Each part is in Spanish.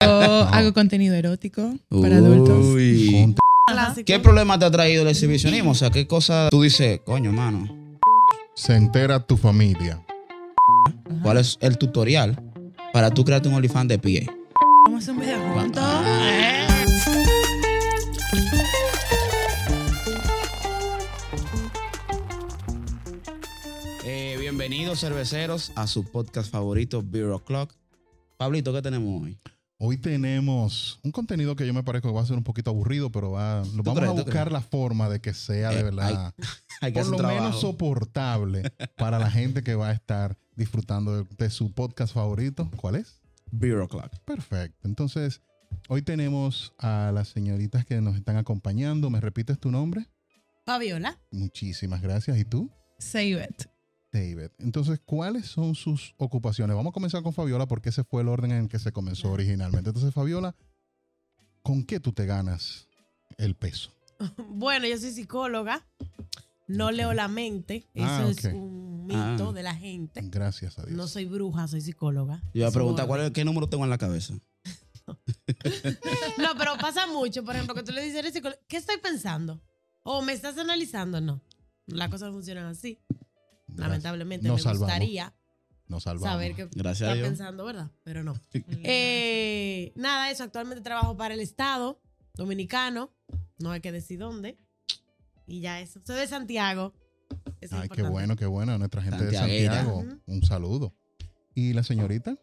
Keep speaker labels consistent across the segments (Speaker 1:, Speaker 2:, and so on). Speaker 1: hago contenido erótico para adultos.
Speaker 2: Uy.
Speaker 3: Clásico.
Speaker 2: ¿Qué problema te ha traído el exhibicionismo? O sea, ¿qué cosa tú dices, coño, mano?
Speaker 4: Se entera tu familia.
Speaker 2: ¿Cuál es el tutorial para tú crearte un olifán de pie?
Speaker 3: Vamos a hacer un video juntos.
Speaker 2: Eh, bienvenidos, cerveceros, a su podcast favorito, Bureau Clock. Pablito, ¿qué tenemos hoy?
Speaker 4: Hoy tenemos un contenido que yo me parece que va a ser un poquito aburrido, pero va, lo vamos
Speaker 2: crees?
Speaker 4: a
Speaker 2: ¿Tú
Speaker 4: buscar la forma de que sea de
Speaker 2: Eh,
Speaker 4: verdad
Speaker 2: Hay
Speaker 4: por
Speaker 2: que hacer
Speaker 4: lo
Speaker 2: trabajo.
Speaker 4: menos soportable para la gente que va a estar disfrutando de, de su podcast favorito. ¿Cuál es?
Speaker 2: Bureau Clock.
Speaker 4: Perfecto. Entonces, hoy tenemos a las señoritas que nos están acompañando. ¿Me repites tu nombre?
Speaker 3: Fabiola.
Speaker 4: Muchísimas gracias. ¿Y tú?
Speaker 1: Save it.
Speaker 4: David. Entonces, ¿cuáles son sus ocupaciones? Vamos a comenzar con Fabiola porque ese fue el orden en el que se comenzó originalmente. Entonces, Fabiola, ¿con qué tú te ganas el peso?
Speaker 3: Bueno, yo soy psicóloga. No
Speaker 4: Ok.
Speaker 3: leo la mente. Eso
Speaker 4: Ah, ok.
Speaker 3: es un mito
Speaker 2: Ah.
Speaker 3: de la gente.
Speaker 4: Gracias a Dios.
Speaker 3: No soy bruja, soy psicóloga.
Speaker 2: Yo iba a
Speaker 3: Soy
Speaker 2: preguntar,
Speaker 3: gorda.
Speaker 2: ¿cuál es, ¿qué número tengo en la cabeza?
Speaker 3: No, pero pasa mucho. Por ejemplo, que tú le dices, "Eres psicóloga". ¿qué estoy pensando? O me estás analizando. No. Las cosas no funcionan así.
Speaker 4: Gracias.
Speaker 3: Lamentablemente,
Speaker 4: Nos
Speaker 3: me
Speaker 4: salvamos.
Speaker 3: gustaría
Speaker 4: Nos salvamos.
Speaker 3: saber qué
Speaker 2: Gracias a
Speaker 3: está
Speaker 2: Dios.
Speaker 3: pensando, ¿verdad? Pero no.
Speaker 1: Eh,
Speaker 3: Eh, nada, eso. Actualmente trabajo para el Estado dominicano. No hay que decir dónde. Y ya eso. Soy de Santiago. Eso es
Speaker 4: Ay, qué
Speaker 3: importante.
Speaker 4: bueno, qué bueno. Nuestra gente de
Speaker 2: Santiaguera.
Speaker 4: Santiago,
Speaker 3: Ujú.
Speaker 4: un saludo. ¿Y la señorita?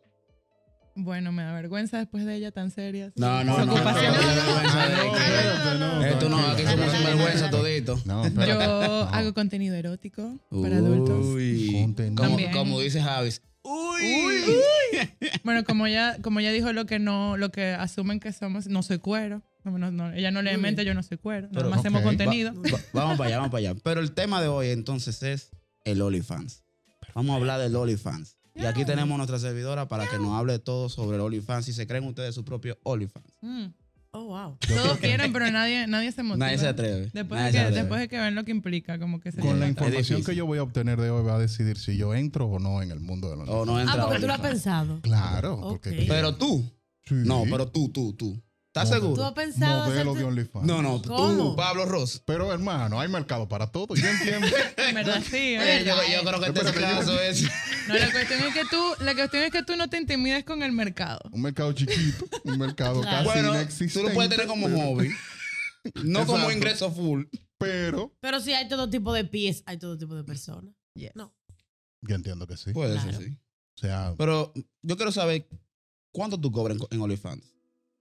Speaker 1: bueno, me da vergüenza después de ella tan seria.
Speaker 2: No, no,
Speaker 1: Su
Speaker 2: no,
Speaker 1: ocupación.
Speaker 2: no, no, no, no, no, no,
Speaker 3: Ah, No,
Speaker 2: Esto Ah, Eh, no,
Speaker 4: tranquila.
Speaker 2: aquí somos
Speaker 3: Dale, dale,
Speaker 2: sinvergüenza
Speaker 3: dale.
Speaker 2: todito.
Speaker 4: No,
Speaker 1: Yo
Speaker 4: espérate. No.
Speaker 1: hago contenido erótico para adultos.
Speaker 2: Uy.
Speaker 4: Contenido.
Speaker 2: Como,
Speaker 1: También.
Speaker 2: como dice Javis. Uy.
Speaker 1: Bueno, como ya, como ya dijo lo que no, lo que asumen que somos, no soy cuero. No, no, no, ella no le
Speaker 3: Muy
Speaker 1: mente, yo
Speaker 3: bien.
Speaker 1: no soy cuero.
Speaker 2: Pero,
Speaker 1: Nada más hacemos
Speaker 4: ok.
Speaker 1: contenido.
Speaker 2: Va- vamos para allá, vamos para allá. Pero el tema de hoy entonces es el OnlyFans. Vamos a hablar del OnlyFans. Y aquí tenemos nuestra servidora para que nos hable todo sobre el OnlyFans. Si se creen ustedes su propio OnlyFans.
Speaker 1: Mm.
Speaker 3: Oh, wow.
Speaker 1: Todos quieren, pero nadie, nadie se motiva.
Speaker 2: Nadie se atreve.
Speaker 1: Después,
Speaker 2: Nadie
Speaker 1: de
Speaker 2: se
Speaker 1: que,
Speaker 2: atreve.
Speaker 1: después de que ven lo que implica, como que se
Speaker 4: Con la
Speaker 2: Es
Speaker 4: información
Speaker 2: difícil.
Speaker 4: que yo voy a obtener de hoy va a decidir si yo entro o no en el mundo de los
Speaker 2: O no
Speaker 3: Ah,
Speaker 2: entra
Speaker 3: porque tú lo has
Speaker 2: OnlyFans.
Speaker 3: pensado.
Speaker 4: Claro, porque
Speaker 3: Ok.
Speaker 2: Pero tú.
Speaker 4: Sí.
Speaker 2: No, pero tú, tú, tú. ¿Estás
Speaker 4: No,
Speaker 3: ¿Tú
Speaker 2: seguro?
Speaker 3: has pensado
Speaker 4: modelo
Speaker 3: hacerte-
Speaker 4: de OnlyFans.
Speaker 2: No, no,
Speaker 3: ¿Cómo?
Speaker 2: tú, Pablo Ross.
Speaker 4: Pero hermano, hay mercado para todo. Yo entiendo.
Speaker 1: En verdad, sí. ¿eh?
Speaker 2: Eh, yo, yo creo que este
Speaker 4: Espérate, yo-
Speaker 2: caso es.
Speaker 1: No, la cuestión es que tú, la cuestión es que tú no te intimides con el mercado.
Speaker 4: un mercado chiquito, un mercado
Speaker 3: Claro.
Speaker 4: casi
Speaker 2: Bueno,
Speaker 4: inexistente.
Speaker 2: tú lo puedes tener como
Speaker 4: pero-
Speaker 2: hobby. No como
Speaker 4: Exacto.
Speaker 2: ingreso full.
Speaker 4: Pero
Speaker 3: Pero sí hay todo tipo de pies, hay todo tipo de personas.
Speaker 1: Yes.
Speaker 3: No.
Speaker 4: yo entiendo que sí.
Speaker 2: Puede
Speaker 3: Claro.
Speaker 2: ser, sí.
Speaker 4: O sea,
Speaker 2: Pero yo quiero saber cuánto tú cobras en, en OnlyFans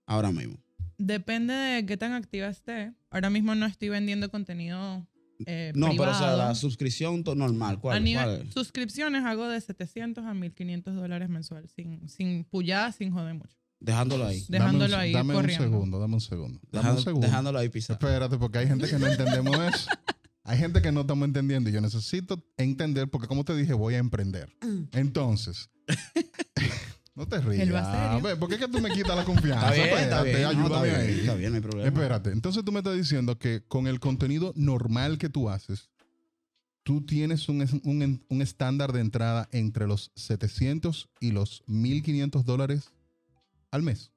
Speaker 2: ahora mismo.
Speaker 1: Depende de qué tan activa esté. Ahora mismo no estoy vendiendo contenido eh,
Speaker 2: No, pero o sea,
Speaker 1: privado.
Speaker 2: la suscripción to- normal,
Speaker 1: a
Speaker 2: ¿cuál?
Speaker 1: nivel
Speaker 2: cuál?
Speaker 1: suscripciones hago de 700 a 1500 dólares mensual, sin, sin pullada, sin joder mucho.
Speaker 2: Dejándolo ahí.
Speaker 1: Dejándolo
Speaker 4: dame un,
Speaker 1: ahí,
Speaker 4: dame
Speaker 1: corriendo.
Speaker 4: un segundo, dame un segundo. Dame
Speaker 2: Dejando-
Speaker 4: un segundo.
Speaker 2: dejándolo ahí pisado.
Speaker 4: Espérate, porque hay gente que no entendemos eso. Hay gente que no estamos entendiendo y yo necesito entender porque como te dije, voy a emprender. Entonces, no te rías.
Speaker 1: Mm. Él va serio.
Speaker 4: Ve, ¿Por qué es que tú me quitas la confianza?
Speaker 2: Está bien, está
Speaker 4: Espérate,
Speaker 2: bien. no, está,
Speaker 4: ayúdame
Speaker 2: bien
Speaker 4: ahí.
Speaker 2: está bien, no hay problema.
Speaker 4: Espérate, entonces tú me estás diciendo que con el contenido normal que tú haces, tú tienes un, es- un en- un estándar de entrada entre los 700 y los 1500 dólares al mes.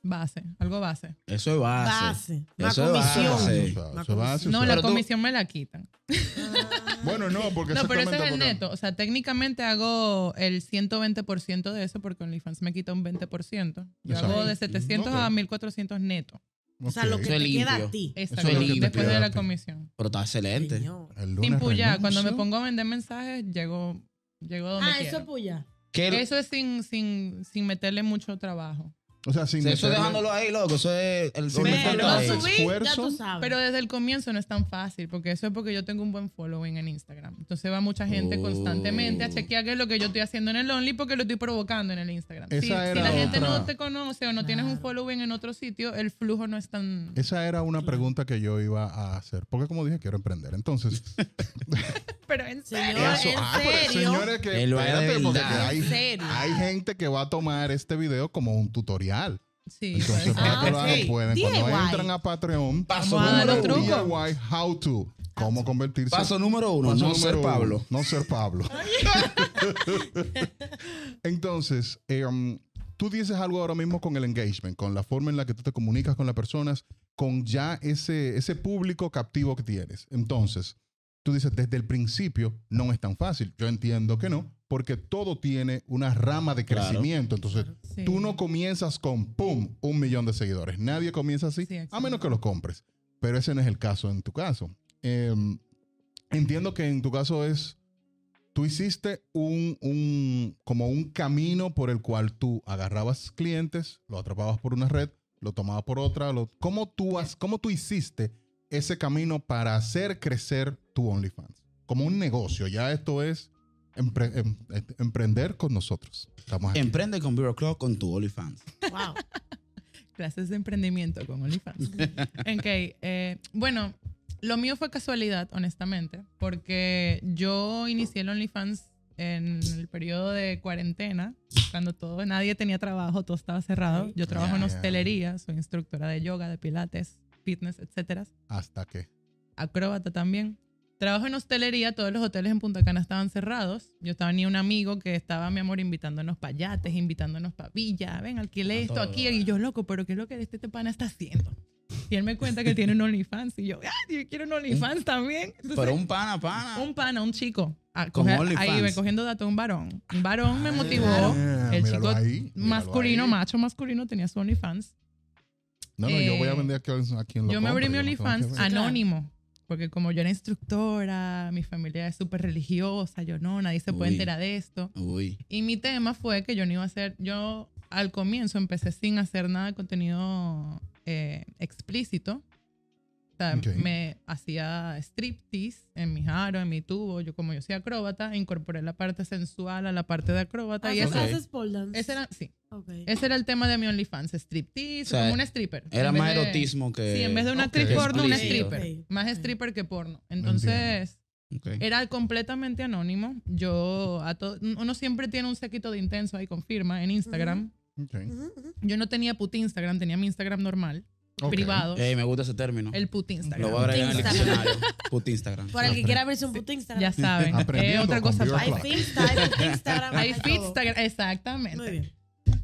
Speaker 1: Base, algo base.
Speaker 2: Eso es base.
Speaker 3: Base. Una
Speaker 2: Eso es base.
Speaker 3: comisión.
Speaker 4: O sea,
Speaker 3: Una
Speaker 4: eso va hacia-
Speaker 1: No,
Speaker 2: Pero
Speaker 1: la
Speaker 2: tú-
Speaker 1: comisión me la quitan.
Speaker 3: Ah.
Speaker 4: Bueno, no, porque
Speaker 1: No, pero ese es
Speaker 4: exactamente
Speaker 1: el
Speaker 4: porque-
Speaker 1: neto. O sea, técnicamente hago el 120% de eso porque OnlyFans me quita un 20%. Yo
Speaker 4: Exacto.
Speaker 1: hago de 700 a
Speaker 4: Ok.
Speaker 1: 1400 neto.
Speaker 3: O sea, lo
Speaker 4: Ok.
Speaker 2: Eso
Speaker 3: que
Speaker 2: es
Speaker 3: te queda
Speaker 2: limpio.
Speaker 3: a ti.
Speaker 1: Exacto.
Speaker 2: es lo que te
Speaker 1: Después de
Speaker 4: queda a
Speaker 1: la
Speaker 4: ti.
Speaker 1: comisión.
Speaker 2: Pero está excelente.
Speaker 3: Señor.
Speaker 4: El lunes
Speaker 1: Sin puya. Cuando me
Speaker 4: renuncio.
Speaker 1: pongo a vender mensajes, llego, llego donde
Speaker 3: Ah, eso
Speaker 1: quiero.
Speaker 3: es puya.
Speaker 2: ¿Qué-
Speaker 1: Eso es sin, sin, sin meterle mucho trabajo.
Speaker 4: O sea, sin
Speaker 2: eso es
Speaker 4: meterle-
Speaker 2: dejándolo ahí, loco. Eso es el
Speaker 4: Sí,
Speaker 3: Ve,
Speaker 4: me falta
Speaker 3: lo
Speaker 4: el
Speaker 3: subí, ya
Speaker 4: esfuerzo.
Speaker 3: tú sabes.
Speaker 1: Pero desde el comienzo no es tan fácil, porque eso es porque yo tengo un buen following en Instagram. Entonces va mucha gente
Speaker 2: Oh.
Speaker 1: constantemente a chequear qué es lo que yo estoy haciendo en el Only, porque lo estoy provocando en el Instagram.
Speaker 4: Esa
Speaker 1: si, si
Speaker 4: era
Speaker 1: la gente
Speaker 4: otra.
Speaker 1: no te conoce o no tienes un
Speaker 3: Claro.
Speaker 1: following en otro sitio, el flujo no es tan...
Speaker 4: Esa era una
Speaker 3: Claro.
Speaker 4: pregunta que yo iba a hacer, porque como dije, quiero emprender. Entonces,
Speaker 1: Pero en
Speaker 3: Señor,
Speaker 1: serio.
Speaker 3: ¿en
Speaker 4: ah, pero
Speaker 3: serio?
Speaker 4: señores, que,
Speaker 2: Él lo haga de
Speaker 4: espérate, porque
Speaker 2: verdad.
Speaker 4: hay,
Speaker 3: ¿En serio?
Speaker 4: hay gente que va a tomar este video como un tutorial.
Speaker 1: Sí,
Speaker 4: Entonces,
Speaker 1: pues,
Speaker 4: para
Speaker 3: Ah,
Speaker 4: que lo hagan,
Speaker 3: ok.
Speaker 4: pueden. Cuando
Speaker 3: DIY.
Speaker 4: entran a Patreon,
Speaker 2: Paso
Speaker 1: Vamos a darle
Speaker 2: número
Speaker 1: otro
Speaker 2: uno.
Speaker 1: truco.
Speaker 4: DIY How To. Cómo convertirse.
Speaker 2: Paso número uno.
Speaker 4: Paso
Speaker 2: no
Speaker 4: número
Speaker 2: ser
Speaker 4: uno,
Speaker 2: Pablo.
Speaker 4: No ser Pablo. Entonces, eh, um, tú dices algo ahora mismo con el engagement, con la forma en la que tú te comunicas con las personas, con ya ese, ese público captivo que tienes. Entonces, tú dices, desde el principio no es tan fácil. Yo entiendo que no, porque todo tiene una rama de
Speaker 2: Claro.
Speaker 4: crecimiento. Entonces,
Speaker 1: Sí.
Speaker 4: Tú no comienzas con, ¡pum!, un millón de seguidores. Nadie comienza así,
Speaker 1: Sí, exacto.
Speaker 4: a menos que los compres. Pero ese no es el caso en tu caso. Eh, entiendo que en tu caso es, tú hiciste un, un, como un camino por el cual tú agarrabas clientes, lo atrapabas por una red, lo tomabas por otra. Lo, ¿cómo, tú has, ¿Cómo tú hiciste ese camino para hacer crecer tu OnlyFans? Como un negocio, ya esto es... empre- em- em- emprender con nosotros. Estamos aquí.
Speaker 2: Emprende con Bureau Club con tu OnlyFans.
Speaker 3: Wow.
Speaker 1: Clases de emprendimiento con OnlyFans. ok, eh, bueno, lo mío fue casualidad, honestamente, porque yo inicié el OnlyFans en el periodo de cuarentena, cuando todo, nadie tenía trabajo, todo estaba cerrado. Yo trabajo en
Speaker 4: Ya, ya.
Speaker 1: hostelería, soy instructora de yoga, de pilates, fitness, etcétera.
Speaker 4: hasta que
Speaker 1: acróbata también. Trabajo en hostelería, todos los hoteles en Punta Cana estaban cerrados. Yo tenía un amigo que estaba, mi amor, invitándonos para yates, invitándonos para villa, ven, alquilé
Speaker 2: A
Speaker 1: esto
Speaker 2: todo,
Speaker 1: aquí.
Speaker 2: eh.
Speaker 1: Y yo, loco, pero ¿qué es lo que este pana está haciendo? Y él me cuenta que tiene un OnlyFans. Y yo, ah, yo quiero un OnlyFans también. Entonces,
Speaker 2: Pero un pana, pana.
Speaker 1: un pana, un chico. a
Speaker 2: Con
Speaker 1: coger-
Speaker 2: OnlyFans.
Speaker 1: ahí ve cogiendo datos, un varón. Un varón me
Speaker 2: Ah,
Speaker 1: motivó.
Speaker 4: Ah,
Speaker 1: el
Speaker 4: míralo
Speaker 1: chico
Speaker 4: ahí, míralo
Speaker 1: masculino,
Speaker 4: ahí.
Speaker 1: macho masculino, tenía su OnlyFans.
Speaker 4: No, no, yo voy a
Speaker 1: Eh,
Speaker 4: vender aquí a quien lo
Speaker 1: Yo me
Speaker 4: compre,
Speaker 1: abrí mi
Speaker 4: yo no tengo que
Speaker 1: OnlyFans
Speaker 4: ver.
Speaker 3: claro.
Speaker 1: anónimo. Porque como yo era instructora, mi familia es súper religiosa, yo no, nadie se puede
Speaker 2: Uy.
Speaker 1: enterar de esto.
Speaker 2: Uy.
Speaker 1: Y mi tema fue que yo no iba a hacer, yo al comienzo empecé sin hacer nada de contenido eh, explícito. O sea,
Speaker 4: Ok.
Speaker 1: me hacía striptease en mi aro, en mi tubo. Yo como yo soy acróbata, incorporé la parte sensual a la parte de acróbata. y
Speaker 3: Haces-
Speaker 2: eso-
Speaker 1: esa-
Speaker 3: haces pole dance.
Speaker 1: ese, era, sí,
Speaker 3: Ok.
Speaker 1: ese era el tema de mi OnlyFans, striptease,
Speaker 2: O sea,
Speaker 1: como un stripper.
Speaker 2: Era
Speaker 1: En vez
Speaker 2: más
Speaker 1: de-
Speaker 2: erotismo que.
Speaker 1: Sí, en vez de una
Speaker 4: Ok.
Speaker 1: actriz porno, una
Speaker 2: Explícito.
Speaker 1: stripper.
Speaker 3: Ok,
Speaker 1: Más
Speaker 3: ok.
Speaker 1: stripper que porno. Entonces,
Speaker 2: Ok.
Speaker 1: era completamente anónimo. Yo, a to- uno siempre tiene un sequito de intenso ahí, confirma, en Instagram.
Speaker 4: Ok,
Speaker 3: Ujú, ujú.
Speaker 1: Yo no tenía put Instagram, tenía mi Instagram normal,
Speaker 4: ok.
Speaker 1: privado.
Speaker 2: Ey, me gusta ese término.
Speaker 1: El put
Speaker 2: Lo
Speaker 1: Instagram.
Speaker 2: voy a agregar en el
Speaker 3: Instagram.
Speaker 2: diccionario. Puto Instagram.
Speaker 3: Por el que
Speaker 4: Apre-
Speaker 3: quiera abrirse un puto Instagram.
Speaker 1: Ya saben.
Speaker 4: Aprendiendo
Speaker 1: Eh, otra
Speaker 4: con
Speaker 1: cosa.
Speaker 4: Bureau
Speaker 1: aparte.
Speaker 3: Hay
Speaker 4: Claro.
Speaker 3: Finsta, hay Instagram.
Speaker 1: Hay
Speaker 3: todo.
Speaker 1: Instagram,
Speaker 3: Muy
Speaker 1: exactamente.
Speaker 3: bien.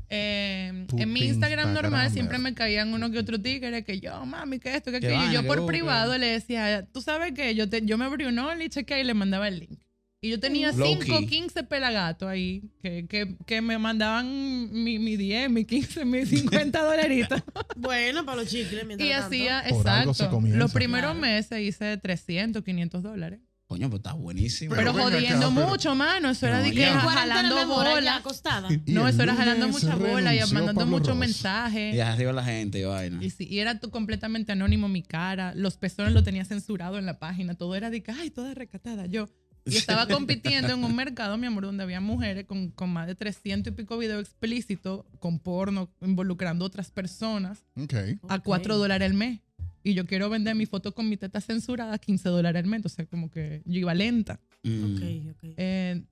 Speaker 1: Eh,
Speaker 4: Put
Speaker 1: en mi Instagram
Speaker 4: Instagram,
Speaker 1: normal siempre
Speaker 4: mira.
Speaker 1: me caían uno que otro tigre que yo, mami, que esto, que
Speaker 2: Qué
Speaker 1: aquello. Y
Speaker 2: vaina,
Speaker 1: yo
Speaker 2: qué
Speaker 1: por
Speaker 2: bobo, qué
Speaker 1: privado
Speaker 2: vaina.
Speaker 1: le decía, tú sabes que yo, te, yo me abrí un Only, chequé y le mandaba el link. Y yo tenía
Speaker 2: Low
Speaker 1: 5,
Speaker 2: key.
Speaker 1: 15 pelagatos ahí que, que, que me mandaban mi, mi 10, mi 15, mi 50 dolaritos.
Speaker 3: Bueno, para los chicles, mientras
Speaker 1: y
Speaker 3: tanto.
Speaker 1: hacía,
Speaker 4: Por algo se
Speaker 1: exacto.
Speaker 4: comienza.
Speaker 1: Los primeros
Speaker 3: Claro.
Speaker 1: meses hice 300, 500 dólares.
Speaker 2: Coño, pues está buenísimo.
Speaker 1: Pero,
Speaker 4: Pero venga acá,
Speaker 1: jodiendo
Speaker 4: pero-
Speaker 1: mucho, mano. Eso era
Speaker 2: No,
Speaker 1: de
Speaker 2: y
Speaker 1: que
Speaker 2: en
Speaker 3: En cuarentena
Speaker 1: jalando
Speaker 3: me moré ya
Speaker 1: bola.
Speaker 3: acostada.
Speaker 4: Y
Speaker 1: No,
Speaker 4: el
Speaker 1: eso era jalando
Speaker 4: lunes
Speaker 1: mucha bola y
Speaker 4: renunció
Speaker 1: mandando
Speaker 4: Pablo
Speaker 1: muchos
Speaker 4: Ross.
Speaker 1: mensajes.
Speaker 2: Y arriba la gente y vaina.
Speaker 1: Y, sí, y era tú completamente anónimo mi cara, los pezones lo tenía censurado en la página, todo era de que, ay, toda recatada yo. Y estaba compitiendo en un mercado, mi amor, donde había mujeres con, con más de 300 y pico videos explícitos, con porno, involucrando otras personas,
Speaker 4: Ok.
Speaker 1: a 4 dólares al mes. Y yo quiero vender mi foto con mi teta censurada a 15 dólares al mes, entonces como que yo iba lenta.
Speaker 2: Mm.
Speaker 3: Ok, ok.
Speaker 1: Eh,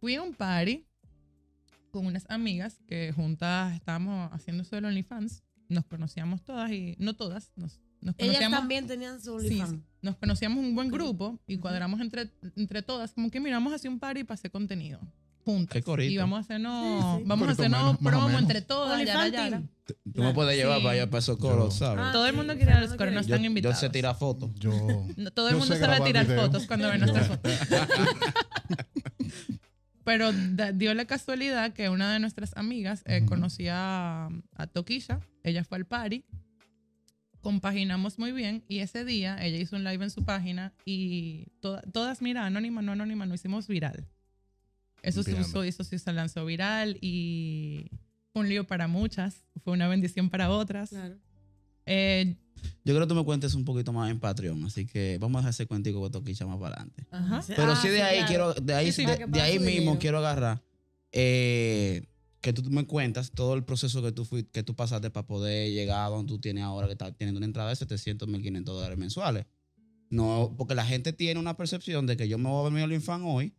Speaker 1: fui a un party con unas amigas que juntas estábamos haciendo eso del OnlyFans. Nos conocíamos todas y no todas, nos, nos
Speaker 3: Ellas
Speaker 1: conocíamos.
Speaker 3: también tenían su
Speaker 1: Sí,
Speaker 3: OnlyFans.
Speaker 1: sí. nos conocíamos un buen
Speaker 3: Ujú.
Speaker 1: grupo y
Speaker 3: Ujú.
Speaker 1: cuadramos entre, entre todas, como que miramos así un party para hacer contenido. Juntas.
Speaker 2: Qué corito.
Speaker 1: Y vamos a hacernos,
Speaker 3: Sí, sí.
Speaker 1: vamos a
Speaker 4: Corito
Speaker 1: hacernos
Speaker 4: menos, más o
Speaker 1: promo
Speaker 4: menos.
Speaker 1: entre todas. yara,
Speaker 3: OnlyFans
Speaker 1: yara.
Speaker 3: team.
Speaker 2: Tú me puedes llevar
Speaker 1: Sí.
Speaker 2: para allá, para esos coros,
Speaker 4: Yo-
Speaker 2: ¿sabes?
Speaker 3: Ah,
Speaker 1: Todo el
Speaker 3: sí,
Speaker 1: mundo
Speaker 3: o
Speaker 1: quiere
Speaker 3: sea,
Speaker 1: a los
Speaker 3: no
Speaker 1: coros, no
Speaker 3: quiere-
Speaker 1: están
Speaker 2: yo
Speaker 1: invitados.
Speaker 2: sé tirar fotos.
Speaker 4: Yo.
Speaker 1: No, todo
Speaker 4: yo
Speaker 1: el mundo
Speaker 4: sé
Speaker 1: sabe
Speaker 4: grabar
Speaker 1: tirar
Speaker 4: video.
Speaker 1: fotos cuando ve nuestras fotos. Pero da- dio la casualidad que una de nuestras amigas eh,
Speaker 4: Ujú.
Speaker 1: conocía a, a Toquilla, ella fue al party, compaginamos muy bien y ese día ella hizo un live en su página y to- todas, mira, anónima, no anónima, no hicimos viral. Eso se
Speaker 4: Entiendo.
Speaker 1: usó y eso sí se lanzó viral y fue un lío para muchas, fue una bendición para otras.
Speaker 3: Claro.
Speaker 1: Eh,
Speaker 2: Yo creo que tú me cuentes un poquito más en Patreon, así que vamos a dejar ese cuentico con Toquicha más para adelante.
Speaker 1: ajá.
Speaker 2: Pero
Speaker 3: Ah,
Speaker 2: sí de ahí
Speaker 3: claro.
Speaker 2: quiero, de ahí,
Speaker 1: Sí, sí.
Speaker 2: de,
Speaker 3: Para que
Speaker 2: de
Speaker 3: pague
Speaker 2: ahí
Speaker 3: su
Speaker 2: mismo
Speaker 3: dinero.
Speaker 2: quiero agarrar eh, que tú me cuentas todo el proceso que tú fuiste, que tú pasaste para poder llegar a donde tú tienes ahora, que estás teniendo una entrada de 700, 1500 dólares mensuales. No, porque la gente tiene una percepción de que yo me voy a ver mi OnlyFans hoy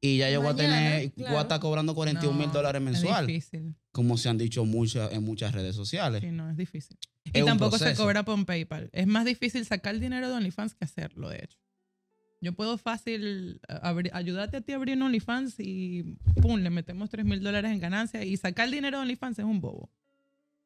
Speaker 2: y ya yo voy a
Speaker 3: Mañana,
Speaker 2: tener, voy a
Speaker 3: claro.
Speaker 2: estar cobrando 41 mil
Speaker 1: No,
Speaker 2: dólares
Speaker 1: es
Speaker 2: mensual,
Speaker 1: difícil,
Speaker 2: como se han dicho muchas en muchas redes sociales.
Speaker 1: sí, no, es difícil.
Speaker 2: Es
Speaker 1: Y
Speaker 2: un
Speaker 1: tampoco se
Speaker 2: proceso.
Speaker 1: cobra por PayPal. Es más difícil sacar el dinero de OnlyFans que hacerlo, de hecho. Yo puedo fácil eh, abri- ayudarte a ti a abrir un OnlyFans y pum, le metemos 3 mil dólares en ganancias y sacar el dinero de OnlyFans es un bobo.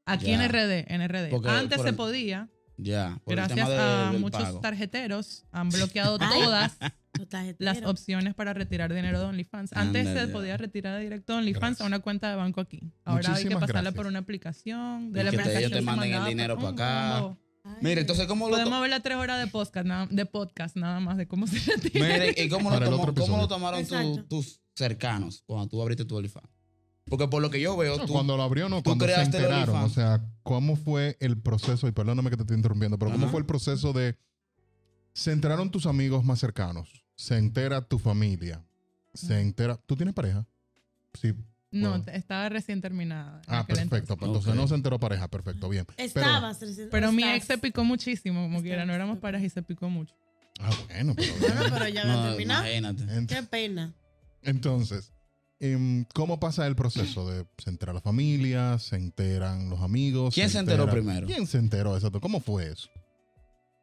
Speaker 1: Aquí
Speaker 2: Ya.
Speaker 1: en RD, en RD.
Speaker 2: Porque
Speaker 1: Antes
Speaker 2: por
Speaker 1: se
Speaker 2: el-
Speaker 1: podía,
Speaker 2: Ya, por el
Speaker 1: gracias
Speaker 2: tema de-
Speaker 1: a
Speaker 2: del
Speaker 1: muchos
Speaker 2: pago.
Speaker 1: tarjeteros, han bloqueado
Speaker 3: Ay.
Speaker 1: todas
Speaker 3: Los tarjeteros.
Speaker 1: las opciones para retirar dinero de OnlyFans. Antes
Speaker 2: Ándale,
Speaker 1: se
Speaker 2: ya.
Speaker 1: podía retirar directo de OnlyFans
Speaker 4: Gracias.
Speaker 1: a una cuenta de banco aquí. Ahora hay que
Speaker 4: Muchísimas
Speaker 1: pasarla
Speaker 4: gracias.
Speaker 1: por una aplicación.
Speaker 2: Y
Speaker 1: De la
Speaker 2: que te- ellos
Speaker 1: aplicación
Speaker 2: te
Speaker 1: se
Speaker 2: manden el
Speaker 1: mandaba por-
Speaker 2: dinero para
Speaker 1: un
Speaker 2: acá.
Speaker 1: combo.
Speaker 3: Ay.
Speaker 2: Mire, entonces, ¿cómo lo,
Speaker 1: Podemos hablar tres horas de podcast, nada, de podcast nada más de cómo se retira.
Speaker 2: Mire, ¿y cómo, lo
Speaker 4: Para el
Speaker 2: tomó-
Speaker 4: otro
Speaker 2: cómo lo
Speaker 4: episodio.
Speaker 2: tomaron tu-
Speaker 3: Exacto.
Speaker 2: tus cercanos cuando tú abriste tu OnlyFans? Porque por lo que yo veo,
Speaker 4: No,
Speaker 2: tú,
Speaker 4: cuando lo abrió, no,
Speaker 2: tú
Speaker 4: cuando se
Speaker 2: creaste el
Speaker 4: enteraron. O
Speaker 2: OnlyFans.
Speaker 4: sea, ¿cómo fue el proceso? Y perdóname que te estoy interrumpiendo, pero ¿cómo
Speaker 2: Ajá.
Speaker 4: fue el proceso de. Se enteraron tus amigos más cercanos, se entera tu familia, se entera. ¿Tú tienes pareja? Sí.
Speaker 1: No,
Speaker 4: Bueno.
Speaker 1: te- estaba recién terminada. en
Speaker 4: Ah,
Speaker 1: aquel
Speaker 4: perfecto.
Speaker 1: entonces.
Speaker 4: pues Entonces
Speaker 2: Ok.
Speaker 4: no se enteró pareja, perfecto, bien. Pero-
Speaker 3: Estabas. recién-
Speaker 1: Pero
Speaker 3: o
Speaker 1: mi
Speaker 3: estás.
Speaker 1: ex se picó muchísimo, como quiera, no éramos
Speaker 3: Estás.
Speaker 1: parejas y se picó mucho.
Speaker 4: ah, bueno, pero. bien.
Speaker 3: Bueno, pero ya había
Speaker 2: No,
Speaker 3: terminado.
Speaker 2: imagínate.
Speaker 4: Ent-
Speaker 3: Qué pena.
Speaker 4: Entonces, em, ¿cómo pasa el proceso de se entera la familia, se enteran los amigos?
Speaker 2: ¿Quién se enteró
Speaker 4: entera-
Speaker 2: primero?
Speaker 4: ¿Quién se enteró? Exacto. ¿Cómo fue eso?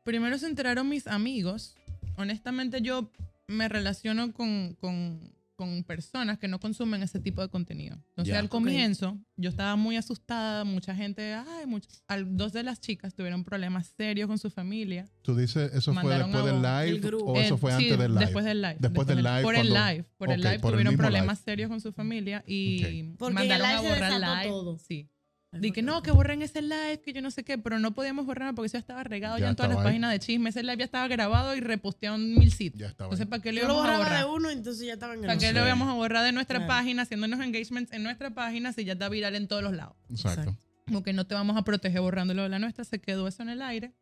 Speaker 1: Primero se enteraron mis amigos. Honestamente, yo me relaciono con, con- con personas que no consumen ese tipo de contenido. Entonces,
Speaker 2: Ya.
Speaker 1: al comienzo, yo estaba muy asustada. Mucha gente, ay, mucho- al- dos de las chicas tuvieron problemas serios con su familia.
Speaker 4: ¿Tú dices eso
Speaker 1: Mandaron
Speaker 4: fue después
Speaker 1: a
Speaker 4: del
Speaker 1: vos,
Speaker 3: el
Speaker 4: live
Speaker 3: grupo.
Speaker 4: o Oh, eso
Speaker 1: Eh,
Speaker 4: fue
Speaker 1: sí,
Speaker 4: antes del live?
Speaker 1: Después del live.
Speaker 4: Después del live,
Speaker 1: Por el
Speaker 4: cuando-
Speaker 1: live. Por el
Speaker 4: Ok,
Speaker 1: live
Speaker 4: por el
Speaker 1: tuvieron
Speaker 4: mismo
Speaker 1: problemas serios con su familia y
Speaker 4: Ok.
Speaker 3: Porque
Speaker 1: mandaron
Speaker 3: el
Speaker 1: a
Speaker 3: live se
Speaker 1: borrar
Speaker 3: desató
Speaker 1: live.
Speaker 3: todo.
Speaker 1: Sí. Di que no, que borren ese live, que yo no sé qué, pero no podíamos borrarlo porque eso ya estaba regado ya,
Speaker 4: Ya
Speaker 1: en todas las
Speaker 4: estaba ahí.
Speaker 1: páginas de chisme. Ese live ya estaba grabado y reposteado en mil sitios.
Speaker 4: Ya estaba.
Speaker 1: Entonces,
Speaker 4: ahí.
Speaker 1: ¿para qué lo
Speaker 3: Yo lo
Speaker 1: íbamos a
Speaker 3: borraba de
Speaker 1: borrar?
Speaker 3: uno, entonces ya estaban en
Speaker 1: ¿Para
Speaker 3: el
Speaker 1: qué
Speaker 4: Sí.
Speaker 1: lo íbamos a borrar de nuestra
Speaker 3: Claro.
Speaker 1: página, haciéndonos engagements en nuestra página si ya está viral en todos los lados?
Speaker 4: Exacto.
Speaker 1: como que no te vamos a proteger borrándolo de la nuestra, se quedó eso en el aire.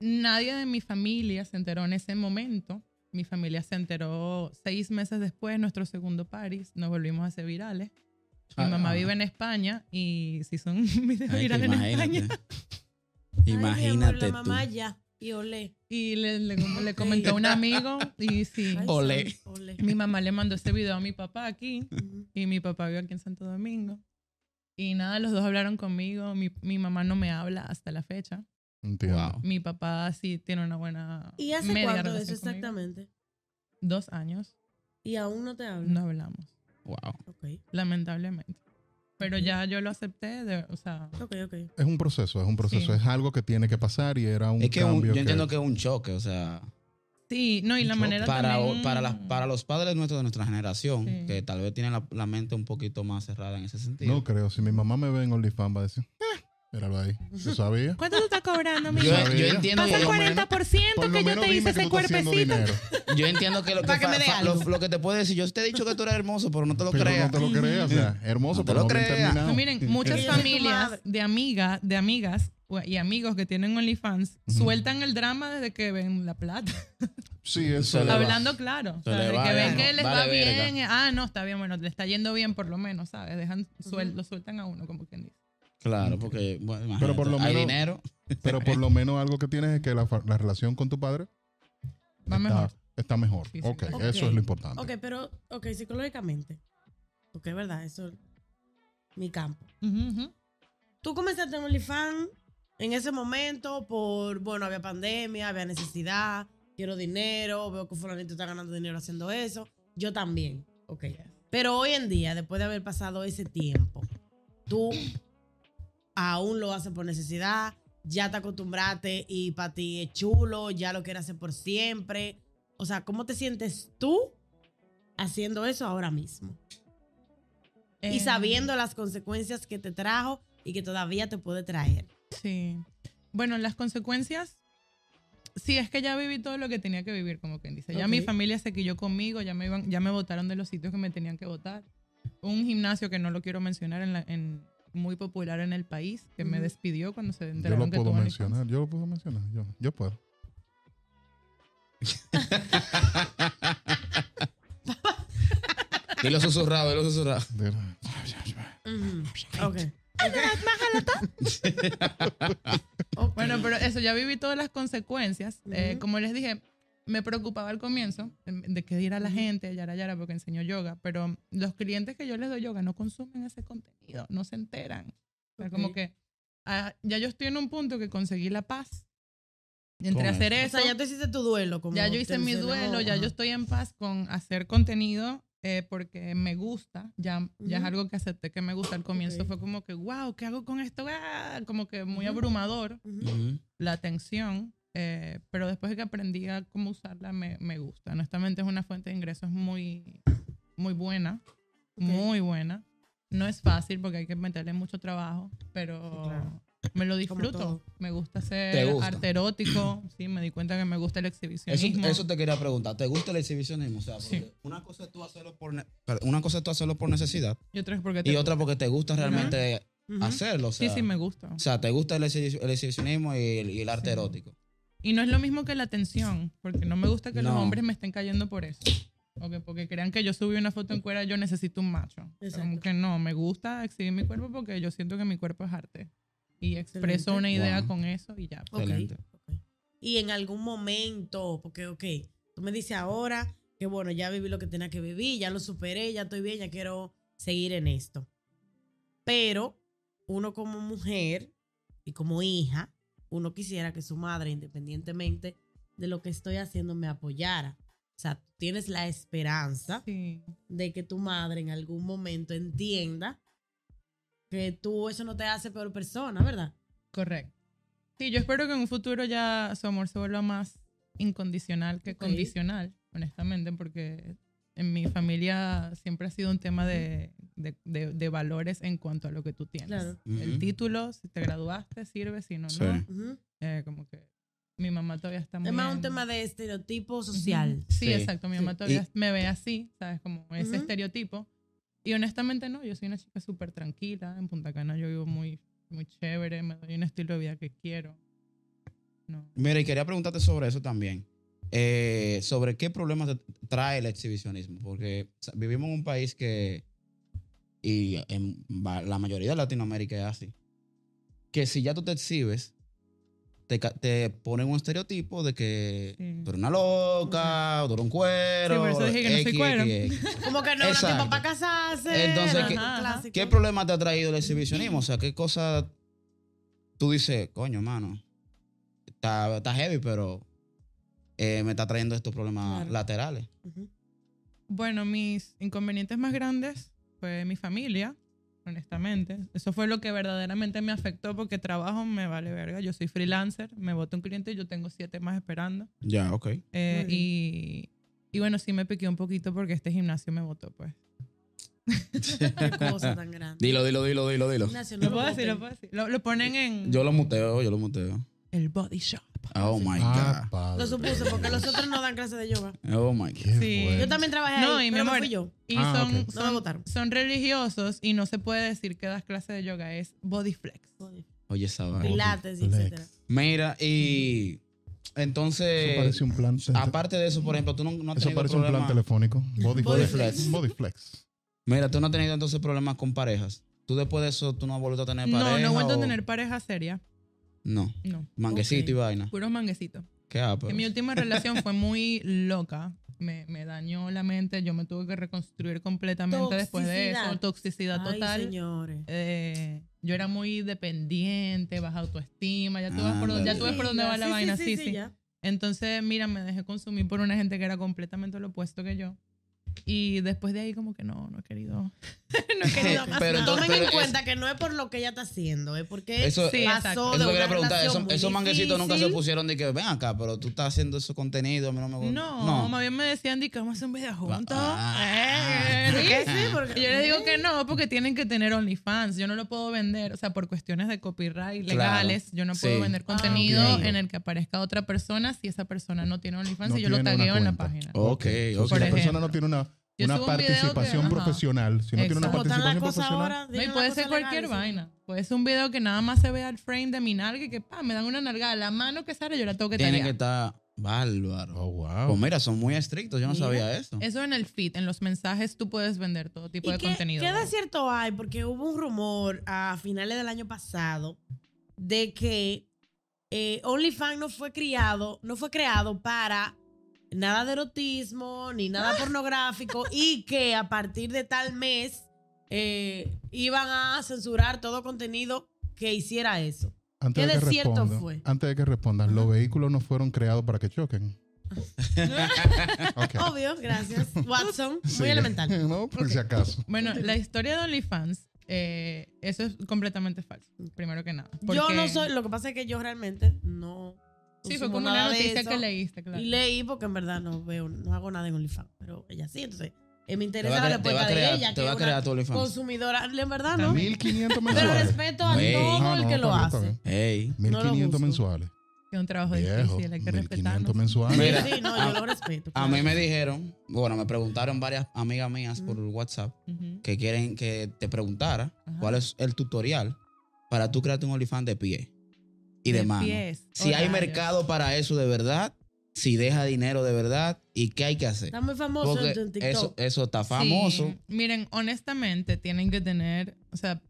Speaker 1: Nadie de mi familia se enteró en ese momento. Mi familia se enteró seis meses después, nuestro segundo París, nos volvimos a hacer virales. Mi
Speaker 2: Ah,
Speaker 1: mamá
Speaker 2: ah.
Speaker 1: vive en España y si son videos
Speaker 2: Ay, que
Speaker 1: virales en España.
Speaker 2: imagínate.
Speaker 3: Ay, mi amor,
Speaker 2: Imagínate
Speaker 3: la
Speaker 2: tú.
Speaker 3: mamá ya. Y olé.
Speaker 1: Y le, le- le comentó a un amigo y sí,
Speaker 3: Ay,
Speaker 2: Olé.
Speaker 3: sí, Olé.
Speaker 1: mi mamá le mandó ese video a mi papá aquí.
Speaker 3: Ujú.
Speaker 1: Y mi papá vive aquí en Santo Domingo. Y nada, los dos hablaron conmigo. Mi, mi mamá no me habla hasta la fecha.
Speaker 4: Entiendo.
Speaker 2: Wow.
Speaker 1: Mi papá sí tiene una buena.
Speaker 3: ¿Y hace
Speaker 1: media
Speaker 3: cuánto de eso
Speaker 1: relación conmigo.
Speaker 3: exactamente?
Speaker 1: Dos años.
Speaker 3: Y aún no te hablo.
Speaker 1: No hablamos,
Speaker 2: Wow.
Speaker 3: Ok,
Speaker 1: lamentablemente. Pero ya yo lo acepté, de- o sea,
Speaker 3: ok, ok.
Speaker 4: Es un proceso, es un
Speaker 1: Sí.
Speaker 4: proceso. Es algo que tiene que pasar y era un
Speaker 2: Es que un-
Speaker 4: cambio.
Speaker 2: yo entiendo que es un choque, o sea,
Speaker 1: sí, no, y la
Speaker 4: Yo
Speaker 1: manera
Speaker 2: para,
Speaker 1: también-
Speaker 2: para, las- para los padres nuestros de nuestra generación,
Speaker 1: Sí.
Speaker 2: que tal vez tienen la, la mente un poquito más cerrada en ese sentido.
Speaker 4: No creo. Si mi mamá me ve en OnlyFans va a decir, "Ah, míralo ahí. Yo sabía.
Speaker 1: ¿Cuánto tú estás cobrando, mi
Speaker 2: yo,
Speaker 1: hijo?
Speaker 2: yo entiendo
Speaker 1: Pasa
Speaker 2: que
Speaker 1: el
Speaker 2: lo menos-
Speaker 1: 40%
Speaker 4: Por
Speaker 1: que
Speaker 4: lo
Speaker 1: yo
Speaker 4: menos
Speaker 1: te hice
Speaker 4: dime que
Speaker 1: ese
Speaker 4: tú estás haciendo
Speaker 1: cuerpecito.
Speaker 4: dinero.
Speaker 2: Yo entiendo que lo que,
Speaker 3: Para que
Speaker 2: fa-
Speaker 3: me dé
Speaker 2: fa- lo,
Speaker 3: algo.
Speaker 2: lo que te puedo decir, yo te he dicho que tú eres hermoso, pero no te lo
Speaker 4: Pero
Speaker 2: creas.
Speaker 4: no te lo creas. O sea, hermoso,
Speaker 2: No te
Speaker 4: pero
Speaker 2: lo
Speaker 4: no bien
Speaker 2: creas.
Speaker 4: terminado.
Speaker 1: No, miren, muchas
Speaker 3: Ella es tu madre.
Speaker 1: familias de amigas, de amigas ue- y amigos que tienen OnlyFans
Speaker 4: Ujú.
Speaker 1: sueltan el drama desde que ven la plata.
Speaker 4: Sí, eso.
Speaker 2: Se le va.
Speaker 1: Hablando claro.
Speaker 2: Se
Speaker 1: o sea,
Speaker 2: le
Speaker 1: de
Speaker 2: va,
Speaker 1: que ven
Speaker 2: bueno,
Speaker 1: que les va
Speaker 2: vale verga.
Speaker 1: bien. Ah, no, está bien, bueno, le está yendo bien por lo menos, ¿sabes? Dejan, suel- lo sueltan a uno, como quien dice.
Speaker 2: Claro, porque bueno, imagínate,
Speaker 4: Pero por lo
Speaker 2: hay
Speaker 4: menos-
Speaker 2: dinero.
Speaker 4: Pero
Speaker 1: eh.
Speaker 4: por lo menos algo que tienes es que la, fa- la relación con tu padre
Speaker 1: Va
Speaker 4: está
Speaker 1: mejor.
Speaker 4: Está mejor.
Speaker 1: Sí, sí,
Speaker 4: ok,
Speaker 1: claro.
Speaker 4: eso
Speaker 3: Ok.
Speaker 4: es lo importante.
Speaker 3: Ok, pero, ok, psicológicamente. Porque es verdad, eso es mi campo.
Speaker 1: Ujú, ujú.
Speaker 3: Tú comenzaste en OnlyFans en ese momento por, bueno, había pandemia, había necesidad, quiero dinero, veo que fulanito está ganando dinero haciendo eso. Yo también, ok. Pero hoy en día, después de haber pasado ese tiempo, tú aún lo haces por necesidad, ya te acostumbraste y para ti es chulo, ya lo quieres hacer por siempre. O sea, ¿cómo te sientes tú haciendo eso ahora mismo? Y
Speaker 1: Eh,
Speaker 3: sabiendo las consecuencias que te trajo y que todavía te puede traer.
Speaker 1: Sí. Bueno, las consecuencias. Sí, es que ya viví todo lo que tenía que vivir, como quien dice. Ya mi
Speaker 3: Ok.
Speaker 1: familia se quilló conmigo, ya me, iban, ya me votaron de los sitios que me tenían que votar. Un gimnasio que no lo quiero mencionar, en la- en- muy popular en el país, que me
Speaker 3: Ujú.
Speaker 1: despidió cuando se
Speaker 4: Yo
Speaker 1: enteraron
Speaker 4: lo
Speaker 1: que
Speaker 4: puedo
Speaker 1: tuve OnlyFans.
Speaker 4: mencionar. Yo lo puedo mencionar. Yo, yo puedo.
Speaker 2: Dilo susurrado, dilo susurrado.
Speaker 3: Ok. Ok.
Speaker 1: Bueno, pero eso, ya viví todas las consecuencias. Eh,
Speaker 3: Ujú.
Speaker 1: como les dije, me preocupaba al comienzo em, de que diera la gente, yara, yara, porque enseño yoga, pero los clientes que yo les doy yoga no consumen ese contenido, no se enteran. O sea, como
Speaker 3: Ok.
Speaker 1: que ah, ya yo estoy en un punto que conseguí la paz Entre
Speaker 2: Con
Speaker 1: hacer
Speaker 3: O
Speaker 1: eso,
Speaker 3: sea, ya tú hiciste tu duelo. Como
Speaker 1: ya yo hice mi
Speaker 3: tercero,
Speaker 1: duelo, ya
Speaker 3: ajá.
Speaker 1: yo estoy en paz con hacer contenido eh, porque me gusta, ya, ya es
Speaker 3: Ujú.
Speaker 1: algo que acepté que me gusta. Al comienzo
Speaker 3: Ok.
Speaker 1: fue como que, wow, ¿qué hago con esto? Ah", como que muy
Speaker 3: Ujú.
Speaker 1: abrumador
Speaker 3: Ujú.
Speaker 2: Ujú.
Speaker 1: la tensión, eh, pero después de que aprendí a cómo usarla, me, me gusta. Honestamente es una fuente de ingresos muy, muy buena,
Speaker 3: Ok.
Speaker 1: muy buena. No es fácil porque hay que meterle mucho trabajo, pero
Speaker 3: Sí, claro.
Speaker 1: me lo
Speaker 3: Como
Speaker 1: disfruto.
Speaker 3: todo.
Speaker 1: Me gusta
Speaker 2: Te
Speaker 1: ser
Speaker 2: gusta.
Speaker 1: arte erótico, sí, me di cuenta que me gusta el
Speaker 2: Eso,
Speaker 1: exhibicionismo.
Speaker 2: eso te quería preguntar. ¿Te gusta el exhibicionismo? O sea, porque
Speaker 1: Sí.
Speaker 2: una cosa es tú hacerlo por ne- perdón, una cosa es tú hacerlo por necesidad
Speaker 1: y otra es porque te
Speaker 2: y otra porque te gusta realmente
Speaker 3: Ujú.
Speaker 2: hacerlo. O sea,
Speaker 1: sí, sí, me gusta.
Speaker 2: o sea, te gusta el, exhibi- el exhibicionismo y el, y el arte
Speaker 1: Sí.
Speaker 2: erótico.
Speaker 1: Y no es lo mismo que la atención, porque no me gusta que los
Speaker 2: No.
Speaker 1: hombres me estén cayendo por eso. O que porque crean que yo subí una foto en cuera, yo necesito un macho. O sea, Como
Speaker 3: Exacto.
Speaker 1: que no, me gusta exhibir mi cuerpo porque yo siento que mi cuerpo es arte. Y expreso
Speaker 3: Excelente.
Speaker 1: una idea
Speaker 2: Wow.
Speaker 1: con eso y ya.
Speaker 3: Ok,
Speaker 2: Excelente.
Speaker 3: ok. Y en algún momento, porque, ok, tú me dices ahora que, bueno, ya viví lo que tenía que vivir, ya lo superé, ya estoy bien, ya quiero seguir en esto. Pero uno como mujer y como hija, uno quisiera que su madre, independientemente de lo que estoy haciendo, me apoyara. O sea, tú tienes la esperanza
Speaker 1: Sí.
Speaker 3: de que tu madre en algún momento entienda que tú eso no te hace peor persona, ¿verdad?
Speaker 1: Correcto. Sí, yo espero que en un futuro ya su amor se vuelva más incondicional que
Speaker 3: Ok.
Speaker 1: condicional, honestamente, porque en mi familia siempre ha sido un tema de, de- de- de valores en cuanto a lo que tú tienes.
Speaker 3: Claro.
Speaker 1: El
Speaker 2: Ujú.
Speaker 1: título, si te graduaste, sirve, si no,
Speaker 4: Sí.
Speaker 1: no.
Speaker 3: Ujú.
Speaker 1: Eh, como que mi mamá todavía está muy...
Speaker 3: Es más
Speaker 1: en-
Speaker 3: un tema de estereotipo
Speaker 1: Ujú.
Speaker 3: social.
Speaker 1: Sí,
Speaker 2: Sí.
Speaker 1: exacto. Mi mamá
Speaker 3: Sí.
Speaker 1: todavía me ve así, ¿sabes? Como ese
Speaker 3: Ujú.
Speaker 1: estereotipo. Y honestamente no, yo soy una chica súper tranquila. En Punta Cana yo vivo muy, muy chévere, me doy un estilo de vida que quiero. No.
Speaker 2: Mira, y quería preguntarte sobre eso también. Eh, sobre qué problemas te trae el exhibicionismo. Porque o sea, vivimos en un país que, y en va- la mayoría de Latinoamérica es así, que si ya tú te exhibes, te, ca- te ponen un estereotipo de que
Speaker 1: Sí.
Speaker 2: tú eres una loca, o tú eres un cuero.
Speaker 1: Sí, por eso dije que no soy
Speaker 2: X,
Speaker 1: cuero.
Speaker 2: X, X.
Speaker 3: Como que no era
Speaker 2: Exacto.
Speaker 3: tiempo para casarse.
Speaker 2: Entonces,
Speaker 3: era
Speaker 2: ¿qué-
Speaker 3: un clásico.
Speaker 2: ¿Qué problema te ha traído el exhibicionismo? O sea, ¿qué cosa tú dices, coño, hermano? Está, está heavy, pero eh, me está trayendo estos problemas
Speaker 3: Claro.
Speaker 2: laterales.
Speaker 3: Ujú.
Speaker 1: Bueno, mis inconvenientes más grandes fue mi familia, honestamente. Eso fue lo que verdaderamente me afectó porque trabajo me vale verga. Yo soy freelancer, me vota un cliente y yo tengo siete más esperando.
Speaker 2: Ya, ok.
Speaker 1: Eh,
Speaker 3: Muy bien.
Speaker 1: y, y bueno, sí me piqué un poquito porque este gimnasio me votó, pues.
Speaker 3: Qué cosa tan grande.
Speaker 2: Dilo, dilo, dilo, dilo, dilo.
Speaker 3: Ignacio, no
Speaker 1: Lo puedo
Speaker 3: voten.
Speaker 1: decir, lo puedo decir. Lo, lo ponen en
Speaker 2: Yo lo muteo, yo lo muteo.
Speaker 1: el body shop.
Speaker 2: Oh my
Speaker 4: Ah,
Speaker 2: God.
Speaker 4: padre.
Speaker 3: Lo supuse porque los otros no dan clase de yoga.
Speaker 2: Oh my God.
Speaker 4: Qué
Speaker 1: Sí.
Speaker 4: bueno.
Speaker 3: Yo también trabajé
Speaker 1: No,
Speaker 3: ahí,
Speaker 1: y mi
Speaker 3: pero no
Speaker 1: amor,
Speaker 3: fui yo.
Speaker 1: Y
Speaker 4: Ah,
Speaker 1: son,
Speaker 4: ok.
Speaker 3: No me
Speaker 1: son,
Speaker 3: votaron.
Speaker 1: son religiosos y no se puede decir que das clase de yoga, es body flex.
Speaker 2: Oye, esa vaina.
Speaker 3: Pilates,
Speaker 4: Lex.
Speaker 3: etcétera.
Speaker 2: Mira, y
Speaker 1: Eh,
Speaker 4: Eso
Speaker 2: entonces,
Speaker 4: parece un plan.
Speaker 2: aparte de eso, por ejemplo, tú no, no has
Speaker 4: Eso
Speaker 2: tenido
Speaker 4: parece un plan
Speaker 2: problemas.
Speaker 4: telefónico. Body,
Speaker 3: Body
Speaker 2: flex.
Speaker 4: Body flex.
Speaker 2: Mira, tú no has tenido entonces problemas con parejas. Tú después de eso, tú no has vuelto a tener pareja.
Speaker 1: No, no he vuelto
Speaker 2: o-
Speaker 1: a tener pareja seria.
Speaker 2: No,
Speaker 1: No,
Speaker 2: manguecito
Speaker 3: Ok.
Speaker 2: y vaina.
Speaker 1: puros manguecitos.
Speaker 2: Qué Ah, apa.
Speaker 1: En mi última relación fue muy loca. Me, me dañó la mente. Yo me tuve que reconstruir completamente después de eso.
Speaker 3: Toxicidad.
Speaker 1: Toxicidad
Speaker 3: Ay,
Speaker 1: total.
Speaker 3: señores.
Speaker 1: Eh, yo era muy dependiente, baja autoestima. Ya tú, vas por,
Speaker 2: Ándale.
Speaker 1: ya tú ves por dónde va la
Speaker 3: Sí, sí,
Speaker 1: vaina.
Speaker 3: sí,
Speaker 1: sí.
Speaker 3: sí,
Speaker 1: sí.
Speaker 3: ya.
Speaker 1: Entonces, mira, me dejé consumir por una gente que era completamente lo opuesto que yo. Y después de ahí, como que no, no he querido. no he querido más.
Speaker 2: Pero
Speaker 1: nada.
Speaker 2: entonces-
Speaker 3: Tomen
Speaker 2: pero
Speaker 3: en
Speaker 2: es-
Speaker 3: cuenta que no es por lo que ella está haciendo, es porque
Speaker 2: Eso-
Speaker 1: Sí, exacto.
Speaker 3: pasó
Speaker 2: Eso
Speaker 3: de
Speaker 2: quería
Speaker 3: una
Speaker 2: preguntar,
Speaker 3: relación
Speaker 2: eso-
Speaker 3: muy
Speaker 2: esos manguecitos nunca se
Speaker 3: difícil.
Speaker 2: pusieron de que ven acá, pero tú estás haciendo esos contenidos, a mí Oh, no me gusta.
Speaker 1: no, más bien me decían, di que vamos a hacer un video juntos.
Speaker 2: Ah.
Speaker 1: Eh,
Speaker 3: ¿Qué? Sí,
Speaker 1: Y
Speaker 3: porque
Speaker 1: yo les digo que no, porque tienen que tener OnlyFans. Yo no lo puedo vender, o sea, por cuestiones de copyright
Speaker 2: Claro.
Speaker 1: legales, yo no puedo
Speaker 2: Sí.
Speaker 1: vender
Speaker 3: Ah,
Speaker 1: contenido
Speaker 2: ok.
Speaker 1: en el que aparezca otra persona si esa persona no tiene OnlyFans
Speaker 4: No
Speaker 1: y yo lo
Speaker 4: tiene una
Speaker 1: tagueo en la
Speaker 4: cuenta.
Speaker 1: página.
Speaker 2: Ok,
Speaker 4: O
Speaker 2: ok.
Speaker 4: si
Speaker 1: Por
Speaker 4: la persona
Speaker 1: ejemplo.
Speaker 4: no tiene una,
Speaker 1: Yo
Speaker 4: una
Speaker 1: subo un video que-
Speaker 4: participación
Speaker 1: ajá.
Speaker 4: profesional, si no tiene una
Speaker 1: Exacto.
Speaker 3: como están las
Speaker 4: participación
Speaker 3: cosas
Speaker 4: profesional,
Speaker 3: ahora.
Speaker 1: No,
Speaker 3: dime
Speaker 1: y
Speaker 3: una
Speaker 1: puede
Speaker 3: cosa
Speaker 1: ser cualquier
Speaker 3: legal, sí.
Speaker 1: vaina. Puede ser un video que nada más se vea el frame de mi nalga y que pa, me dan una nalgada. La mano que sale, yo la tengo que
Speaker 2: Tiene que
Speaker 1: taguear.
Speaker 2: estar bárbaro.
Speaker 4: oh, wow.
Speaker 2: Pues mira, son muy estrictos, yo no
Speaker 3: Mira.
Speaker 2: sabía eso.
Speaker 1: Eso en el feed, en los mensajes, tú puedes vender todo tipo de
Speaker 3: qué,
Speaker 1: contenido.
Speaker 3: ¿Qué de cierto hay? Porque hubo un rumor a finales del año pasado de que eh, OnlyFans no fue criado, no fue creado para nada de erotismo ni nada pornográfico y que a partir de tal mes eh, iban a censurar todo contenido que hiciera eso.
Speaker 4: antes
Speaker 3: ¿Qué
Speaker 4: de que
Speaker 3: de cierto
Speaker 4: responda,
Speaker 3: fue?
Speaker 4: antes de que respondas, los vehículos no fueron creados para que choquen. Ok.
Speaker 3: Obvio, gracias. Watson, Oh, muy
Speaker 4: Sigue.
Speaker 3: elemental.
Speaker 4: no, por si acaso.
Speaker 1: Bueno, la historia de OnlyFans, eh, eso es completamente falso, primero que nada.
Speaker 3: Yo
Speaker 1: Porque-
Speaker 3: no soy, lo que pasa es que yo realmente no.
Speaker 1: Sí, fue
Speaker 3: consumo
Speaker 1: como una
Speaker 3: nada de
Speaker 1: noticia
Speaker 3: eso.
Speaker 1: que leíste, claro.
Speaker 3: Y leí porque en verdad no veo, no hago nada en OnlyFans, pero ella sí, entonces eh,
Speaker 2: Te
Speaker 3: me interesa
Speaker 2: va a
Speaker 3: la
Speaker 2: cre- te va
Speaker 3: respuesta
Speaker 2: a
Speaker 3: de
Speaker 2: crear,
Speaker 3: ella,
Speaker 2: te
Speaker 3: que
Speaker 2: va
Speaker 3: es
Speaker 2: a
Speaker 3: una
Speaker 2: crear tu OnlyFans.
Speaker 3: consumidora, en verdad Ah, no,
Speaker 4: 1500
Speaker 3: pero
Speaker 4: mensuales.
Speaker 3: respeto a
Speaker 2: Güey.
Speaker 3: todo
Speaker 4: Ah,
Speaker 3: el
Speaker 4: no,
Speaker 3: que lo
Speaker 4: está bien,
Speaker 3: hace.
Speaker 2: Ey.
Speaker 3: No lo
Speaker 4: 1500
Speaker 3: busco.
Speaker 4: mensuales.
Speaker 1: Que es un trabajo
Speaker 4: Viejo,
Speaker 1: difícil, hay que
Speaker 4: 1500
Speaker 1: respetarnos.
Speaker 4: mensuales.
Speaker 2: Mira,
Speaker 3: sí, sí, no, yo lo respeto.
Speaker 2: A
Speaker 3: claro.
Speaker 2: mí me dijeron, bueno, me preguntaron varias amigas mías por WhatsApp
Speaker 1: Ujú.
Speaker 2: que quieren que te preguntara
Speaker 1: Ajá.
Speaker 2: cuál es el tutorial para tú crearte un OnlyFans de pie y de,
Speaker 1: De
Speaker 2: mano.
Speaker 1: pies,
Speaker 2: si hay
Speaker 1: horarios.
Speaker 2: mercado para eso de verdad, si deja dinero de verdad y qué hay que hacer.
Speaker 3: Está muy famoso
Speaker 2: Porque
Speaker 3: en TikTok.
Speaker 2: eso, eso está famoso.
Speaker 1: Sí. Miren, honestamente, tienen que tener, o sea,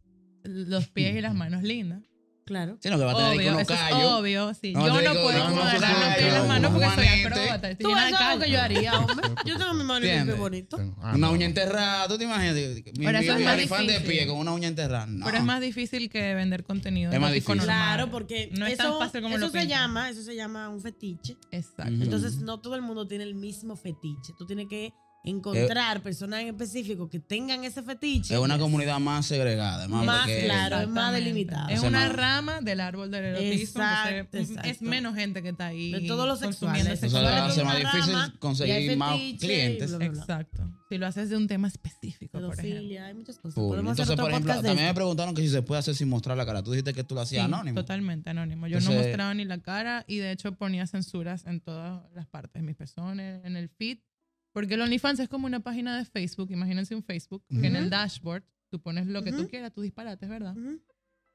Speaker 1: los pies y las manos lindas.
Speaker 3: Claro.
Speaker 2: Sino que va a tener que
Speaker 1: Obvio,
Speaker 2: uno
Speaker 1: eso es
Speaker 2: callo.
Speaker 1: obvio. Sí.
Speaker 2: No,
Speaker 1: yo
Speaker 2: te
Speaker 1: no
Speaker 2: digo,
Speaker 1: puedo
Speaker 2: no,
Speaker 1: como
Speaker 2: no,
Speaker 1: agarrar
Speaker 2: no,
Speaker 1: los pies y las
Speaker 2: no,
Speaker 1: manos porque soy
Speaker 2: Juanete.
Speaker 1: acróbata. Estoy
Speaker 3: Tú
Speaker 1: llena
Speaker 3: eso
Speaker 1: de
Speaker 3: es algo
Speaker 1: callo.
Speaker 3: que yo haría, hombre. Yo tengo mi mano limpia y
Speaker 2: ¿Entiendes?
Speaker 3: bonito.
Speaker 4: Ah,
Speaker 2: una
Speaker 4: no,
Speaker 2: uña
Speaker 4: no.
Speaker 2: enterrada, tú te imaginas. Mi,
Speaker 1: Pero
Speaker 2: mi,
Speaker 1: eso es
Speaker 2: mi
Speaker 1: más
Speaker 2: OnlyFans de
Speaker 1: difícil.
Speaker 2: pie con una uña enterrada. No.
Speaker 1: Pero es más difícil que vender contenido.
Speaker 2: Es más
Speaker 1: erótico
Speaker 2: difícil.
Speaker 1: normal.
Speaker 3: Claro, porque
Speaker 1: No es
Speaker 3: eso,
Speaker 1: tan fácil como
Speaker 3: eso
Speaker 1: lo
Speaker 3: se
Speaker 1: pintan.
Speaker 3: llama, eso se llama un fetiche.
Speaker 1: Exacto.
Speaker 2: Ujú.
Speaker 3: Entonces, no todo el mundo tiene el mismo fetiche. Tú tienes
Speaker 2: Eh,
Speaker 3: que encontrar personas en específico que tengan ese fetiche.
Speaker 2: es una comunidad más segregada. Más,
Speaker 3: Más
Speaker 2: porque-
Speaker 3: claro. es más
Speaker 1: Exactamente.
Speaker 3: delimitado.
Speaker 1: Es
Speaker 2: O sea,
Speaker 1: una
Speaker 2: más-
Speaker 1: rama del árbol del erotismo.
Speaker 3: Exacto,
Speaker 1: entonces, mm, Es
Speaker 3: exacto.
Speaker 1: menos gente que está ahí.
Speaker 3: De todos los
Speaker 1: consumiendo
Speaker 2: O sea,
Speaker 3: sexuales.
Speaker 1: sexuales.
Speaker 2: hace
Speaker 3: Una
Speaker 2: más
Speaker 3: rama,
Speaker 2: difícil
Speaker 3: y hay
Speaker 2: conseguir más
Speaker 3: fetiche y
Speaker 2: clientes.
Speaker 3: bla, bla, bla.
Speaker 1: Exacto. Si lo haces de un tema específico, por ejemplo.
Speaker 3: Pedofilia, hay muchas cosas.
Speaker 2: Full.
Speaker 3: Podemos
Speaker 2: Entonces,
Speaker 3: hacer otro
Speaker 2: por ejemplo,
Speaker 3: podcast de
Speaker 2: también me
Speaker 3: esto.
Speaker 2: preguntaron que si se puede hacer sin mostrar la cara. Tú dijiste que tú lo hacías
Speaker 1: Sí,
Speaker 2: anónimo.
Speaker 1: Totalmente anónimo. Yo no
Speaker 2: Entonces-
Speaker 1: mostraba ni la cara y de hecho ponía censuras en todas las partes, mis personas, en el feed. Porque el OnlyFans es como una página de Facebook. Imagínense un Facebook que en el
Speaker 3: Ujú.
Speaker 1: dashboard tú pones lo que
Speaker 3: Ujú.
Speaker 1: tú quieras, tus disparates, ¿verdad?
Speaker 3: Ujú.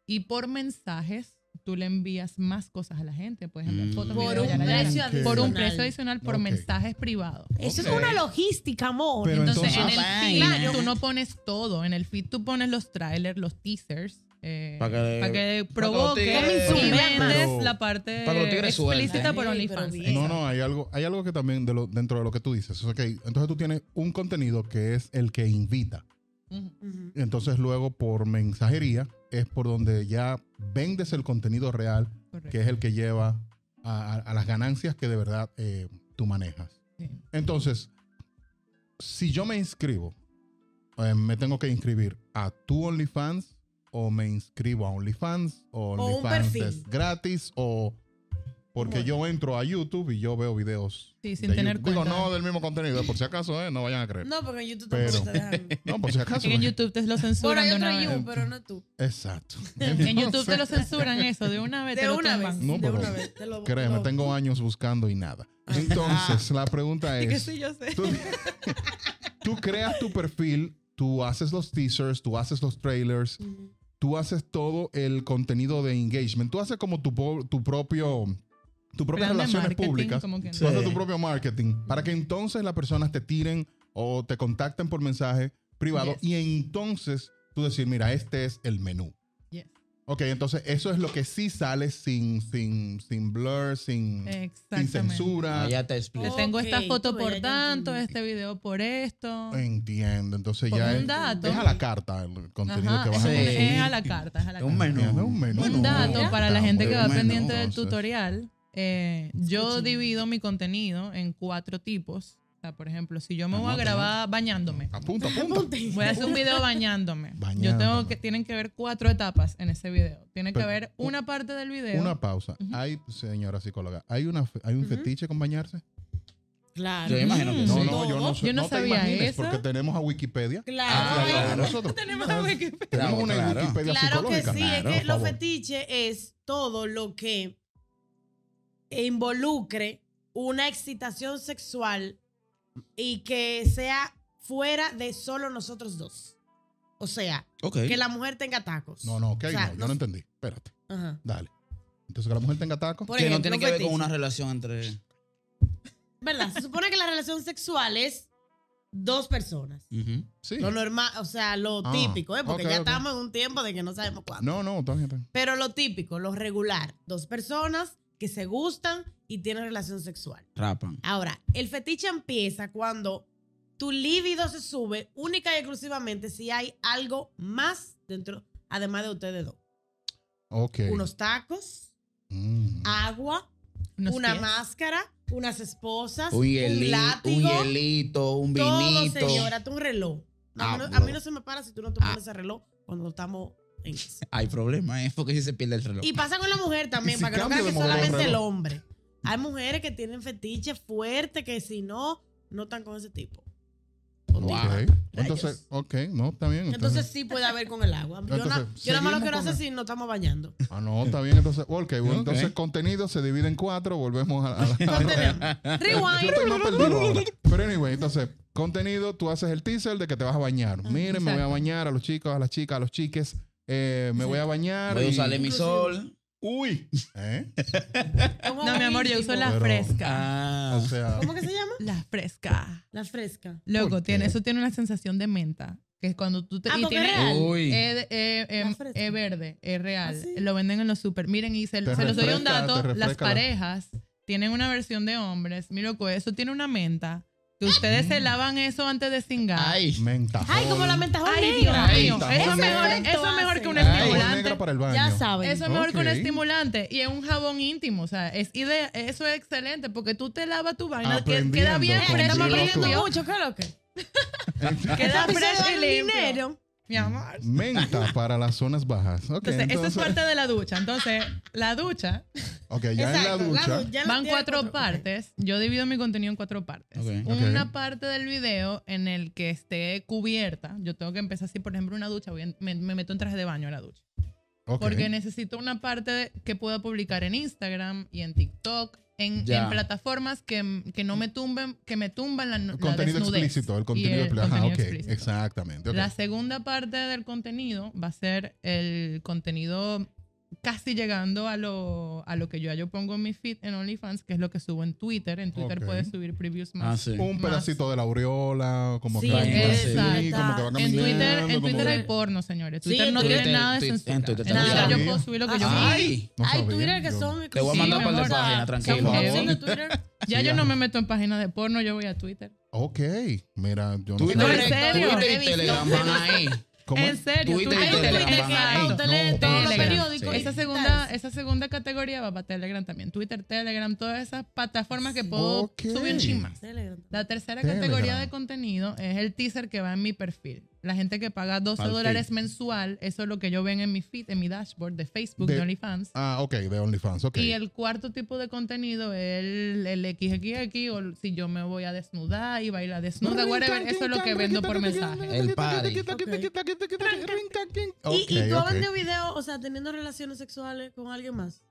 Speaker 1: Y por mensajes tú le envías más cosas a la gente. Puedes enviar
Speaker 2: Mm.
Speaker 1: fotos,
Speaker 3: Por
Speaker 1: videos,
Speaker 3: un
Speaker 1: yara, yara.
Speaker 3: precio
Speaker 4: Ok.
Speaker 3: adicional.
Speaker 1: Por un precio adicional por
Speaker 4: Ok.
Speaker 1: mensajes privados.
Speaker 3: Eso
Speaker 2: Ok.
Speaker 3: es una logística, amor.
Speaker 4: Pero
Speaker 1: Entonces,
Speaker 4: entonces-
Speaker 2: Ah,
Speaker 1: en el feed
Speaker 2: vaina.
Speaker 1: tú no pones todo. En el feed tú pones los trailers, los teasers. eh,
Speaker 2: Pa' que-
Speaker 1: pa' que
Speaker 2: pa'
Speaker 1: provoque
Speaker 2: que los
Speaker 3: tigres-
Speaker 1: y vendes
Speaker 4: Pero-
Speaker 1: la parte
Speaker 2: pa' que los tigres suelten.
Speaker 1: explícita por
Speaker 3: Ey,
Speaker 1: OnlyFans.
Speaker 3: pero bien.
Speaker 4: No, no, hay algo, hay algo que también de lo- dentro de lo que tú dices. Ok, entonces tú tienes un contenido que es el que invita.
Speaker 1: Ujú.
Speaker 3: Ujú.
Speaker 4: Entonces luego por mensajería es por donde ya vendes el contenido real,
Speaker 1: Correcto.
Speaker 4: que es el que lleva a, a- a las ganancias que de verdad eh, tú manejas.
Speaker 1: Sí.
Speaker 4: Entonces, si yo me inscribo, eh, me tengo que inscribir a tu OnlyFans o me inscribo a OnlyFans o
Speaker 3: un
Speaker 4: OnlyFans
Speaker 3: perfil.
Speaker 4: es gratis o porque yo entro a YouTube y yo veo videos.
Speaker 1: Sí, sin
Speaker 4: de
Speaker 1: tener
Speaker 4: YouTube. Digo,
Speaker 1: cuenta.
Speaker 4: no del mismo contenido, por si acaso, eh, no vayan a creer. No,
Speaker 3: No, porque en YouTube
Speaker 4: Pero-
Speaker 3: tampoco te dejan.
Speaker 4: por si acaso.
Speaker 1: En
Speaker 4: eh.
Speaker 1: YouTube te lo
Speaker 3: Bueno,
Speaker 1: censuran
Speaker 3: hay
Speaker 1: de
Speaker 3: otro
Speaker 1: una vez.
Speaker 3: You, pero no tú.
Speaker 4: Exacto.
Speaker 1: En YouTube
Speaker 4: Entonces,
Speaker 1: te lo censuran eso, de una vez te
Speaker 3: De
Speaker 1: lo
Speaker 3: una vez.
Speaker 1: tumban.
Speaker 4: No,
Speaker 3: de
Speaker 4: pero
Speaker 3: una vez. Te lo,
Speaker 4: Créeme,
Speaker 3: lo-
Speaker 4: tengo años buscando y nada.
Speaker 1: Ah.
Speaker 4: Entonces, la pregunta
Speaker 1: Así que
Speaker 4: es...
Speaker 1: sí, yo sé.
Speaker 4: Tú, tú creas tu perfil, tú haces los teasers, tú haces los trailers,
Speaker 3: Ujú.
Speaker 4: tú haces todo el contenido de engagement, tú haces como tu, po- tu propio, tu propias
Speaker 1: Plan de
Speaker 4: relaciones
Speaker 1: marketing,
Speaker 4: públicas,
Speaker 1: como que-
Speaker 4: tú haces
Speaker 2: Sí.
Speaker 4: tu propio marketing, para que entonces las personas te tiren o te contacten por mensaje privado
Speaker 1: Yes.
Speaker 4: y entonces tú decir, mira, este es el menú.
Speaker 1: Yes.
Speaker 4: Ok, entonces eso es lo que sí sale sin, sin, sin blur, sin, sin
Speaker 1: Exactamente.
Speaker 4: censura.
Speaker 2: Ah, ya te explico.
Speaker 1: Te tengo
Speaker 3: Ok,
Speaker 1: esta foto
Speaker 3: tú ves, ya
Speaker 1: por
Speaker 3: yo
Speaker 1: tanto,
Speaker 3: entendí.
Speaker 1: este video por esto.
Speaker 4: Entiendo, entonces
Speaker 1: Por
Speaker 4: ya
Speaker 1: Pues un
Speaker 4: es,
Speaker 1: dato.
Speaker 4: es a la carta el contenido
Speaker 1: Ajá,
Speaker 4: que vas
Speaker 1: es,
Speaker 4: a
Speaker 1: un-
Speaker 2: Sí.
Speaker 4: consumir.
Speaker 1: es a la carta, es a la carta.
Speaker 2: Es un menú.
Speaker 4: Entiendo, un menú.
Speaker 1: Un dato
Speaker 4: Mira,
Speaker 1: para la
Speaker 4: está
Speaker 1: gente que
Speaker 4: muy
Speaker 1: va
Speaker 4: bueno,
Speaker 1: pendiente del
Speaker 4: entonces.
Speaker 1: tutorial. eh, yo
Speaker 3: Escuchen.
Speaker 1: divido mi contenido en cuatro tipos. O sea, por ejemplo, si yo me voy a
Speaker 2: Anota,
Speaker 1: grabar bañándome,
Speaker 4: Apunta, apunta.
Speaker 3: Apunte.
Speaker 1: voy a hacer un video bañándome. Yo tengo
Speaker 4: Bañándome.
Speaker 1: que, tienen que haber cuatro etapas en ese video. Tiene que
Speaker 4: Pero,
Speaker 1: haber
Speaker 4: un-
Speaker 1: una parte del video.
Speaker 4: Una pausa.
Speaker 1: Ujú.
Speaker 4: Hay, señora psicóloga, ¿hay, una, fe- hay un
Speaker 3: Ujú.
Speaker 4: fetiche con bañarse?
Speaker 3: Claro.
Speaker 2: Yo me imagino que
Speaker 1: Mm.
Speaker 2: sí.
Speaker 4: No, no, yo no sé.
Speaker 1: Yo no
Speaker 4: te
Speaker 1: sabía
Speaker 4: imagines,
Speaker 1: eso.
Speaker 4: Porque tenemos a Wikipedia.
Speaker 3: Claro.
Speaker 2: Ah, claro.
Speaker 4: Nosotros
Speaker 1: Tenemos a Wikipedia.
Speaker 4: tenemos
Speaker 2: Claro,
Speaker 4: una
Speaker 2: claro.
Speaker 4: Wikipedia
Speaker 3: Claro que
Speaker 4: psicológica.
Speaker 3: sí,
Speaker 2: claro,
Speaker 3: es
Speaker 4: por
Speaker 3: que los
Speaker 4: favor.
Speaker 3: fetiches es todo lo que involucre una excitación sexual y que sea fuera de solo nosotros dos. O sea,
Speaker 2: Ok.
Speaker 3: que la mujer tenga tacos.
Speaker 4: No, no, ok,
Speaker 3: O sea,
Speaker 4: no, yo no entendí. Espérate,
Speaker 3: Ajá.
Speaker 4: dale. Entonces, que la mujer tenga tacos.
Speaker 3: Por
Speaker 2: que
Speaker 3: ejemplo,
Speaker 2: no tiene que ver con
Speaker 3: fetiche.
Speaker 2: una relación entre.
Speaker 3: ¿Verdad? Se supone que la relación sexual es dos personas.
Speaker 2: Ujú.
Speaker 4: Sí.
Speaker 3: Lo normal, o sea, lo
Speaker 4: Ah,
Speaker 3: típico, ¿eh? Porque
Speaker 4: ok,
Speaker 3: ya
Speaker 4: ok.
Speaker 3: estamos en un tiempo de que no sabemos cuándo.
Speaker 4: No, no, está bien, está bien.
Speaker 3: Pero lo típico, lo regular, dos personas que se gustan y tienen relación sexual.
Speaker 2: Rapan.
Speaker 3: Ahora, el fetiche empieza cuando tu líbido se sube única y exclusivamente si hay algo más dentro, además de ustedes dos.
Speaker 4: Ok.
Speaker 3: unos tacos,
Speaker 4: Mm.
Speaker 3: Ah, agua,
Speaker 1: Unos
Speaker 3: una
Speaker 1: pies.
Speaker 3: máscara, unas esposas,
Speaker 2: Un,
Speaker 3: un,
Speaker 2: hieli- un
Speaker 3: látigo,
Speaker 2: hielito, un
Speaker 3: todo,
Speaker 2: vinito.
Speaker 3: señora, hasta un reloj. A,
Speaker 2: Ah,
Speaker 3: mí no, a
Speaker 2: bro.
Speaker 3: mí no se me para si tú no te
Speaker 2: Ah.
Speaker 3: pones ese reloj cuando estamos en eso.
Speaker 2: Hay problema, es porque si se pierde el reloj.
Speaker 3: Y pasa con la mujer también,
Speaker 4: si
Speaker 3: para que no
Speaker 4: cambia
Speaker 3: crean que
Speaker 4: de modelo de
Speaker 3: solamente el
Speaker 4: reloj?
Speaker 3: hombre. Hay mujeres que tienen fetiche fuerte que si no, no están con ese tipo.
Speaker 4: Ok.
Speaker 2: Wow.
Speaker 4: Entonces, ok, no, está bien.
Speaker 3: Entonces sí puede haber con el agua. Yo, na-
Speaker 4: Entonces,
Speaker 3: yo nada más lo
Speaker 4: seguimos
Speaker 3: quiero
Speaker 4: con
Speaker 3: hacer
Speaker 4: el-
Speaker 3: si no estamos bañando.
Speaker 4: Ah, no, está bien. Entonces, ok, bueno,
Speaker 2: Ok.
Speaker 4: entonces contenido se divide en cuatro. Volvemos a, a la.
Speaker 3: Contenemos.
Speaker 4: Yo estoy más
Speaker 3: Rewind.
Speaker 4: perdido ahora. Pero anyway, entonces, contenido, tú haces el teaser de que te vas a bañar. Miren, me voy a
Speaker 1: Ah, exacto.
Speaker 4: bañar a los chicos, a las chicas, a los chiques. eh, me voy a bañar.
Speaker 2: Voy a
Speaker 4: y-
Speaker 2: usarle mi
Speaker 3: Inclusive.
Speaker 2: sol. Uy.
Speaker 4: ¿Eh?
Speaker 3: ¿Cómo
Speaker 1: No, mi amor, yo uso
Speaker 3: íntimo?
Speaker 1: la
Speaker 4: Pero-
Speaker 1: fresca.
Speaker 2: Ah.
Speaker 4: O sea,
Speaker 3: ¿Cómo que se llama?
Speaker 1: La fresca.
Speaker 3: La fresca.
Speaker 4: ¿Por
Speaker 1: Loco,
Speaker 4: qué?
Speaker 1: tiene, eso tiene una sensación de menta. Que es cuando tú te.
Speaker 3: Ah,
Speaker 1: y
Speaker 3: porque
Speaker 1: tiene-
Speaker 3: es real.
Speaker 1: Es,
Speaker 2: Uy.
Speaker 1: eh, eh,
Speaker 3: La fresca.
Speaker 1: es verde, es real.
Speaker 3: Ah, sí.
Speaker 1: Lo venden en los super. Miren, y se,
Speaker 4: Te
Speaker 1: se los doy un
Speaker 4: refresca, te
Speaker 1: dato.
Speaker 4: refresca
Speaker 1: Las
Speaker 4: la-
Speaker 1: parejas tienen una versión de hombres. Mi loco, eso tiene una menta. Que ustedes
Speaker 4: Mm.
Speaker 1: se lavan eso antes de cingar.
Speaker 2: Ay.
Speaker 4: menta.
Speaker 3: Ay, como la mentajón
Speaker 1: Ay, Dios
Speaker 3: negra.
Speaker 2: Ay,
Speaker 1: mío.
Speaker 2: está
Speaker 1: Eso es
Speaker 3: bueno.
Speaker 1: mejor, eso
Speaker 3: Ese
Speaker 1: es mejor
Speaker 3: efecto
Speaker 1: que un
Speaker 2: hace. Ay,
Speaker 4: Jabón
Speaker 1: estimulante.
Speaker 4: negro para el baño.
Speaker 3: Ya saben.
Speaker 1: Eso es mejor que un
Speaker 4: Ok.
Speaker 1: estimulante y es un jabón íntimo. O sea, es idea, eso es excelente porque tú te lavas tu vaina, que- queda
Speaker 4: Aprendiendo
Speaker 1: bien
Speaker 4: con
Speaker 1: fresco
Speaker 3: Estamos
Speaker 1: y
Speaker 4: Dios.
Speaker 3: aprendiendo
Speaker 1: limpio.
Speaker 3: mucho, ¿qué es lo que?
Speaker 1: Queda
Speaker 3: Estamos
Speaker 1: fresco y
Speaker 3: usando el
Speaker 1: limpio.
Speaker 3: dinero.
Speaker 1: Mi amor.
Speaker 4: Menta para las zonas bajas. Ok,
Speaker 1: Entonces, eso es
Speaker 4: entonces-
Speaker 1: parte de la ducha. Entonces, la ducha
Speaker 4: ok, ya
Speaker 3: Exacto,
Speaker 4: en la ducha.
Speaker 3: du- ya
Speaker 1: van
Speaker 3: tiene
Speaker 1: cuatro, partes. Yo divido mi contenido en cuatro partes.
Speaker 2: Ok.
Speaker 1: Una
Speaker 4: Ok.
Speaker 1: parte del video en el que esté cubierta. Yo tengo que empezar así, por ejemplo, una ducha. voy en- me, me meto en traje de baño a la ducha.
Speaker 4: ok.
Speaker 1: Porque necesito una parte de- que pueda publicar en Instagram y en TikTok. En,
Speaker 2: Ya.
Speaker 1: en plataformas que, que no me tumben, que me tumban la,
Speaker 4: el
Speaker 1: la
Speaker 4: contenido
Speaker 1: desnudez
Speaker 4: explícito, el
Speaker 1: y
Speaker 4: contenido,
Speaker 1: el
Speaker 4: expli- ajá,
Speaker 1: contenido
Speaker 4: ok,
Speaker 1: explícito.
Speaker 4: Exactamente. ok.
Speaker 1: La segunda parte del contenido va a ser el contenido casi llegando a lo, a lo que yo, yo pongo en mi feed en OnlyFans, que es lo que subo en Twitter. En Twitter
Speaker 4: Ok.
Speaker 1: puedes subir previews
Speaker 2: Ah,
Speaker 1: más.
Speaker 2: sí.
Speaker 4: Un pedacito de la aureola, como
Speaker 3: Sí,
Speaker 4: que va
Speaker 1: exacto.
Speaker 4: así, como que va
Speaker 1: En
Speaker 4: caminando,
Speaker 1: Twitter, en
Speaker 4: como
Speaker 1: Twitter
Speaker 4: que-
Speaker 1: hay porno, señores.
Speaker 3: Sí,
Speaker 1: Twitter
Speaker 3: en
Speaker 1: no
Speaker 3: Twitter-
Speaker 1: tiene nada de
Speaker 2: Twi- en
Speaker 1: censura.
Speaker 2: Twitter
Speaker 1: En
Speaker 3: también.
Speaker 1: Twitter yo
Speaker 4: Sí.
Speaker 1: puedo subir lo que
Speaker 3: Ah,
Speaker 1: yo
Speaker 3: sí.
Speaker 1: quiera.
Speaker 2: Ay.
Speaker 4: No
Speaker 3: Hay
Speaker 4: sabía,
Speaker 3: Twitter que
Speaker 4: yo-
Speaker 3: son.
Speaker 2: Te voy a
Speaker 1: Sí,
Speaker 2: mandar
Speaker 1: mi
Speaker 2: para la
Speaker 1: amor.
Speaker 2: página,
Speaker 3: Son
Speaker 2: tranquilo.
Speaker 4: Por
Speaker 3: famosos
Speaker 4: favor.
Speaker 3: de Twitter.
Speaker 1: Ya
Speaker 4: Sí,
Speaker 1: yo
Speaker 4: ajá.
Speaker 1: no me meto en páginas de porno, yo voy a Twitter.
Speaker 4: Ok, mira, yo no
Speaker 2: Twitter,
Speaker 1: No,
Speaker 4: sabía-
Speaker 1: en serio.
Speaker 2: Twitter y
Speaker 3: He
Speaker 2: Telegram van ahí.
Speaker 4: ¿Cómo
Speaker 1: En
Speaker 4: es?
Speaker 1: serio,
Speaker 2: Twitter y
Speaker 3: Hay un
Speaker 1: Twitter.
Speaker 2: Telegram
Speaker 3: Twitter que
Speaker 2: van ahí.
Speaker 3: ah, usted lee
Speaker 4: No,
Speaker 3: todos los
Speaker 1: Telegram.
Speaker 3: periódicos.
Speaker 2: Sí.
Speaker 1: Esa segunda, esa segunda categoría va para Telegram también. Twitter, Telegram, todas esas plataformas que puedo
Speaker 4: Ok.
Speaker 1: subir un chin más.
Speaker 3: Telegram.
Speaker 1: La tercera
Speaker 4: Telegram.
Speaker 1: categoría de contenido es el teaser que va en mi perfil. La gente que paga 12
Speaker 2: Al
Speaker 1: dólares
Speaker 2: feed.
Speaker 1: mensual, eso es lo que yo ven en mi feed, en mi dashboard de Facebook,
Speaker 4: De-
Speaker 1: de, OnlyFans.
Speaker 4: Ah, ok, de OnlyFans, ok.
Speaker 1: Y el cuarto tipo de contenido es el, el XXX, o si yo me voy a desnudar y bailar desnuda, whatever. Eso es lo que vendo por mensaje.
Speaker 2: El party.
Speaker 4: Ok,
Speaker 3: ¿Y, y tú
Speaker 4: ok.
Speaker 3: has vendido videos, o sea, teniendo relaciones sexuales con alguien más?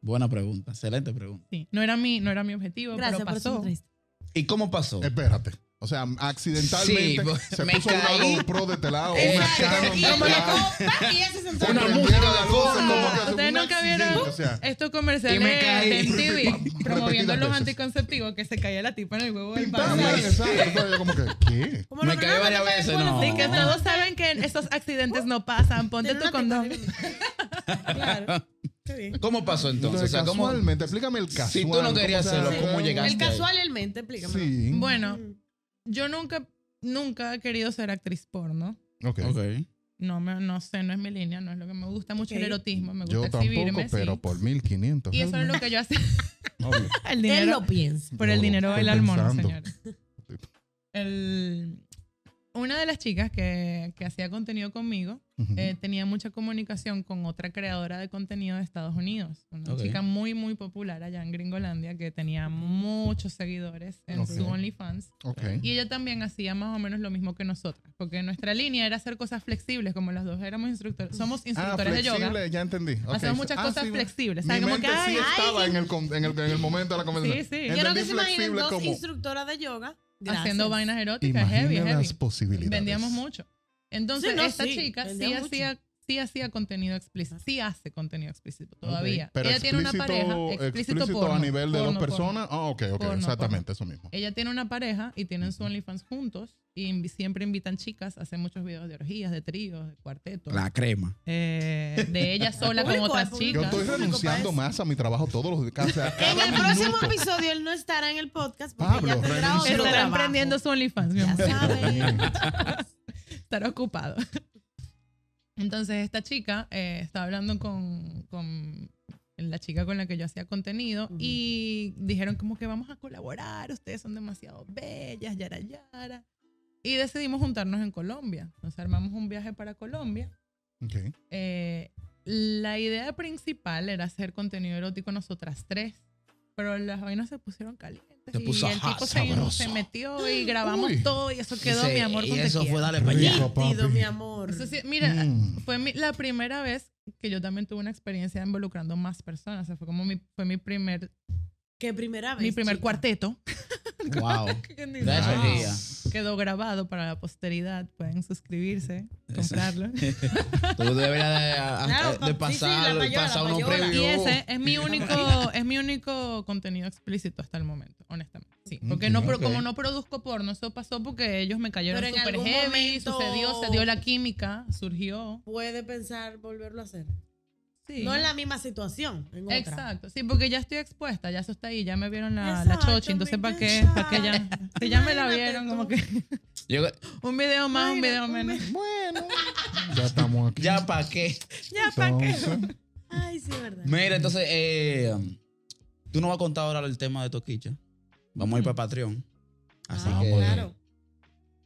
Speaker 2: Buena pregunta, excelente pregunta.
Speaker 1: Sí. No era mi, no era mi objetivo,
Speaker 3: Gracias
Speaker 1: pero
Speaker 3: por eso
Speaker 1: pasó.
Speaker 3: me trajiste.
Speaker 2: ¿Y cómo pasó?
Speaker 4: Espérate. O sea, accidentalmente
Speaker 2: Sí, pues,
Speaker 4: se
Speaker 2: me
Speaker 4: puso
Speaker 2: caí.
Speaker 4: una GoPro de este lado.
Speaker 2: Eh,
Speaker 4: una
Speaker 2: exacto.
Speaker 4: cámara de
Speaker 2: Y
Speaker 4: este
Speaker 2: me la
Speaker 4: lado.
Speaker 3: Copa y ese sentado.
Speaker 4: Se
Speaker 2: Una
Speaker 4: prendieron
Speaker 2: música
Speaker 4: las
Speaker 2: de
Speaker 4: luces,
Speaker 2: fondo.
Speaker 4: como que fue
Speaker 1: Ustedes
Speaker 4: un
Speaker 1: nunca
Speaker 4: accidente,
Speaker 1: vieron-
Speaker 4: O sea,
Speaker 1: Estos
Speaker 2: Y me
Speaker 1: comerciales
Speaker 2: caí.
Speaker 1: de MTV
Speaker 4: Repetidas
Speaker 1: promoviendo los
Speaker 4: veces.
Speaker 1: anticonceptivos que se caía la tipa en el huevo del
Speaker 4: pintaron.
Speaker 1: baño.
Speaker 4: exacto. Entonces yo como que, ¿qué?
Speaker 3: Como
Speaker 2: Me
Speaker 3: los
Speaker 2: caí varias
Speaker 3: programas de
Speaker 2: veces, no.
Speaker 1: Así que todos saben que esos accidentes no pasan. Ponte
Speaker 3: Tener
Speaker 1: tu
Speaker 3: una
Speaker 1: condón.
Speaker 3: tecnología. Claro. Qué bien.
Speaker 2: ¿Cómo pasó entonces?
Speaker 4: Entonces,
Speaker 2: O sea, ¿cómo-
Speaker 4: casualmente, explícame el casual.
Speaker 2: Si tú no querías
Speaker 4: ¿cómo se
Speaker 2: hacerlo, ¿cómo
Speaker 4: hace?
Speaker 2: llegaste?
Speaker 3: El casual y el mente, Mm. explícame.
Speaker 4: Sí.
Speaker 1: Bueno, yo nunca, nunca he querido ser actriz porno.
Speaker 4: Ok.
Speaker 2: Ok.
Speaker 1: No, me, no sé, no es mi línea, no es lo que me gusta mucho
Speaker 3: Ok.
Speaker 1: el erotismo, me gusta
Speaker 4: Yo
Speaker 1: exhibirme.
Speaker 4: tampoco,
Speaker 1: sí.
Speaker 4: pero por 1500.
Speaker 1: Y eso es lo que yo hacía.
Speaker 4: Obvio.
Speaker 1: El
Speaker 3: Él
Speaker 1: dinero,
Speaker 3: lo piensa.
Speaker 1: por el
Speaker 4: Yo
Speaker 1: dinero
Speaker 4: estoy
Speaker 1: baila el mono,
Speaker 4: pensando.
Speaker 1: señores. El- una de las chicas que, que hacía contenido conmigo
Speaker 4: Ujú.
Speaker 1: eh, tenía mucha comunicación con otra creadora de contenido de Estados Unidos, una
Speaker 2: Ok.
Speaker 1: chica muy, muy popular allá en Gringolandia que tenía muchos seguidores en
Speaker 4: Ok.
Speaker 1: su OnlyFans.
Speaker 4: Ok.
Speaker 1: Y ella también hacía más o menos lo mismo que nosotras, porque nuestra línea era hacer cosas flexibles, como las dos éramos instructores, somos
Speaker 4: Ah,
Speaker 1: instructores de
Speaker 4: flexible,
Speaker 1: yoga.
Speaker 4: ya entendí. Ok.
Speaker 1: Hacemos muchas
Speaker 4: Ah,
Speaker 1: cosas
Speaker 4: sí,
Speaker 1: flexibles.
Speaker 4: Mi
Speaker 1: ¿sabes? Como
Speaker 4: mente
Speaker 1: que, ay,
Speaker 4: sí
Speaker 1: ay,
Speaker 4: estaba en, el, con- en, el, en el momento de la conversación.
Speaker 1: Sí, sí.
Speaker 4: Entendí
Speaker 3: Quiero que se imaginen
Speaker 4: flexible
Speaker 3: dos
Speaker 4: como...
Speaker 3: instructoras de yoga
Speaker 1: haciendo
Speaker 3: Gracias.
Speaker 1: vainas eróticas,
Speaker 4: Imagina
Speaker 1: heavy, heavy.
Speaker 4: las posibilidades.
Speaker 1: Vendíamos mucho. Entonces,
Speaker 3: Sí, no,
Speaker 1: esta
Speaker 3: sí,
Speaker 1: chica
Speaker 3: vendía
Speaker 1: sí
Speaker 3: mucho.
Speaker 1: hacía, sí hacía contenido explícito. Sí hace contenido explícito todavía.
Speaker 4: Pero
Speaker 1: ella tiene una
Speaker 4: explícito-
Speaker 1: pareja explícito,
Speaker 4: explícito
Speaker 1: porno,
Speaker 4: a nivel de
Speaker 1: porno,
Speaker 4: dos personas. Ah, ok, ok,
Speaker 1: Porno,
Speaker 4: exactamente, eso mismo.
Speaker 1: porno. Ella tiene una pareja y tienen su OnlyFans juntos. Y invi- siempre invitan chicas a hacer muchos videos de orgías, de tríos, de cuartetos.
Speaker 2: La crema.
Speaker 1: eh, de ella sola con
Speaker 3: Público,
Speaker 1: otras
Speaker 4: Yo
Speaker 3: público.
Speaker 1: chicas.
Speaker 4: estoy
Speaker 3: Público para
Speaker 4: renunciando
Speaker 3: eso.
Speaker 4: más a mi trabajo todos los días. o sea,
Speaker 3: En
Speaker 4: cada
Speaker 3: el próximo
Speaker 4: minuto.
Speaker 3: episodio él no estará en el podcast porque
Speaker 4: Pablo,
Speaker 3: ya tendrá
Speaker 4: renuncio.
Speaker 3: otro
Speaker 1: Estará
Speaker 3: trabajo.
Speaker 1: emprendiendo su OnlyFans, mi
Speaker 3: Ya
Speaker 1: amor.
Speaker 3: saben.
Speaker 1: Estará ocupado. Entonces esta chica eh, estaba hablando con, con la chica con la que yo hacía contenido
Speaker 3: Ujú.
Speaker 1: y dijeron como que vamos a colaborar, ustedes son demasiado bellas, yara yara. Y decidimos juntarnos en Colombia. Nos armamos un viaje para Colombia.
Speaker 4: Ok.
Speaker 1: Eh, la idea principal era hacer contenido erótico nosotras tres, pero las vainas se pusieron calientes.
Speaker 2: Se puso
Speaker 1: y el
Speaker 2: hot,
Speaker 1: tipo se,
Speaker 2: sabroso.
Speaker 1: se metió y grabamos
Speaker 4: Uy.
Speaker 1: todo y eso quedó,
Speaker 2: Dice,
Speaker 1: mi amor,
Speaker 2: Y
Speaker 1: con te
Speaker 2: eso
Speaker 1: quiero".
Speaker 2: fue darle para allá.
Speaker 4: Rico,
Speaker 3: Nítido,
Speaker 4: papi.
Speaker 3: mi amor.
Speaker 1: Eso sí, mira,
Speaker 4: Mm.
Speaker 1: fue mi- la primera vez que yo también tuve una experiencia involucrando más personas. O sea, fue como mi, fue mi primer,
Speaker 3: Que primera vez.
Speaker 1: mi primer
Speaker 3: chica.
Speaker 1: cuarteto.
Speaker 2: Wow. De
Speaker 4: Nice.
Speaker 2: esos días.
Speaker 1: Quedó grabado para la posteridad. Pueden suscribirse, comprarlo.
Speaker 2: Tú deberías de, a- a-
Speaker 3: Claro,
Speaker 2: de
Speaker 3: sí, sí, la
Speaker 2: pasar,
Speaker 3: payola,
Speaker 2: pasar unos
Speaker 3: payola.
Speaker 1: Y
Speaker 2: previos.
Speaker 1: ese es mi único, es mi único contenido explícito hasta el momento, honestamente. Sí, porque no, pro-
Speaker 2: Ok.
Speaker 1: como no produzco porno, eso pasó porque ellos me cayeron
Speaker 3: Pero en
Speaker 1: súper
Speaker 3: algún
Speaker 1: heavy,
Speaker 3: momento-
Speaker 1: sucedió, se dio la química, surgió.
Speaker 3: Puede pensar volverlo a hacer.
Speaker 1: Sí.
Speaker 3: No en la misma situación. En otra.
Speaker 1: Exacto, sí, porque ya estoy expuesta, ya eso está ahí, ya me vieron la, la
Speaker 3: Exacto,
Speaker 1: chochi, entonces
Speaker 3: mi
Speaker 1: para qué,
Speaker 3: vida.
Speaker 1: para qué ya, si ya me la
Speaker 3: Imagínate
Speaker 1: vieron,
Speaker 3: tú.
Speaker 1: como que
Speaker 2: Yo-
Speaker 1: un video más, un
Speaker 3: Imagínate,
Speaker 1: video
Speaker 3: un
Speaker 1: menos.
Speaker 4: Bueno, ya estamos aquí.
Speaker 2: ya para qué.
Speaker 3: Ya, ¿para qué?
Speaker 4: Entonces,
Speaker 3: Ay, sí, verdad.
Speaker 2: Mira, entonces, eh, tú no vas a contar ahora el tema de Toquicha. Vamos a ir para Patreon. Así
Speaker 3: Ah,
Speaker 2: que
Speaker 3: claro.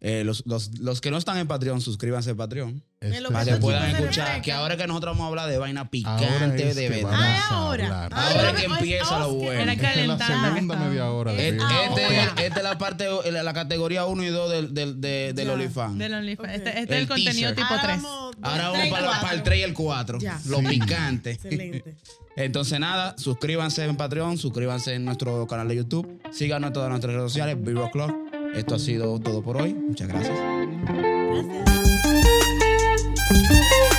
Speaker 2: eh, los, los- los que no están en Patreon, suscríbanse a Patreon.
Speaker 4: este,
Speaker 3: lo
Speaker 2: Para que
Speaker 3: Toquicha
Speaker 2: puedan
Speaker 3: se
Speaker 2: escuchar.
Speaker 3: refresca.
Speaker 2: Que ahora que nosotros vamos a hablar de vaina
Speaker 4: ahora
Speaker 2: picante,
Speaker 4: es
Speaker 2: de
Speaker 4: que
Speaker 2: verdad.
Speaker 4: vamos
Speaker 3: Ah,
Speaker 4: a
Speaker 3: ahora.
Speaker 4: hablar.
Speaker 2: Ahora
Speaker 3: Ahora
Speaker 2: que
Speaker 3: hoy-
Speaker 2: empieza lo
Speaker 3: Oscar.
Speaker 2: bueno.
Speaker 1: Era
Speaker 2: Este-
Speaker 4: Esta es la
Speaker 1: calentada.
Speaker 4: segunda media hora de
Speaker 3: Eh,
Speaker 4: video.
Speaker 3: ah,
Speaker 2: Esta
Speaker 3: ahora.
Speaker 2: este, es- esta es la parte, la, la categoría 1 y 2 del, del, de- del
Speaker 3: Ya,
Speaker 2: OnlyFans.
Speaker 1: Del OnlyFans.
Speaker 3: Ok.
Speaker 1: Este, este es
Speaker 2: El
Speaker 1: el contenido
Speaker 2: teaser.
Speaker 1: tipo
Speaker 3: Ahora
Speaker 1: 3.
Speaker 3: vamos,
Speaker 2: Ahora vamos
Speaker 3: tres y
Speaker 2: para,
Speaker 3: cuatro.
Speaker 2: para el 3 y el 4.
Speaker 3: Ya.
Speaker 2: Lo
Speaker 4: Sí.
Speaker 2: picante.
Speaker 3: Excelente.
Speaker 2: Entonces nada, suscríbanse en Patreon, suscríbanse en nuestro canal de YouTube, síganos en todas nuestras redes sociales, Vivo Club. Esto ha sido todo por hoy. Muchas gracias.
Speaker 3: Gracias.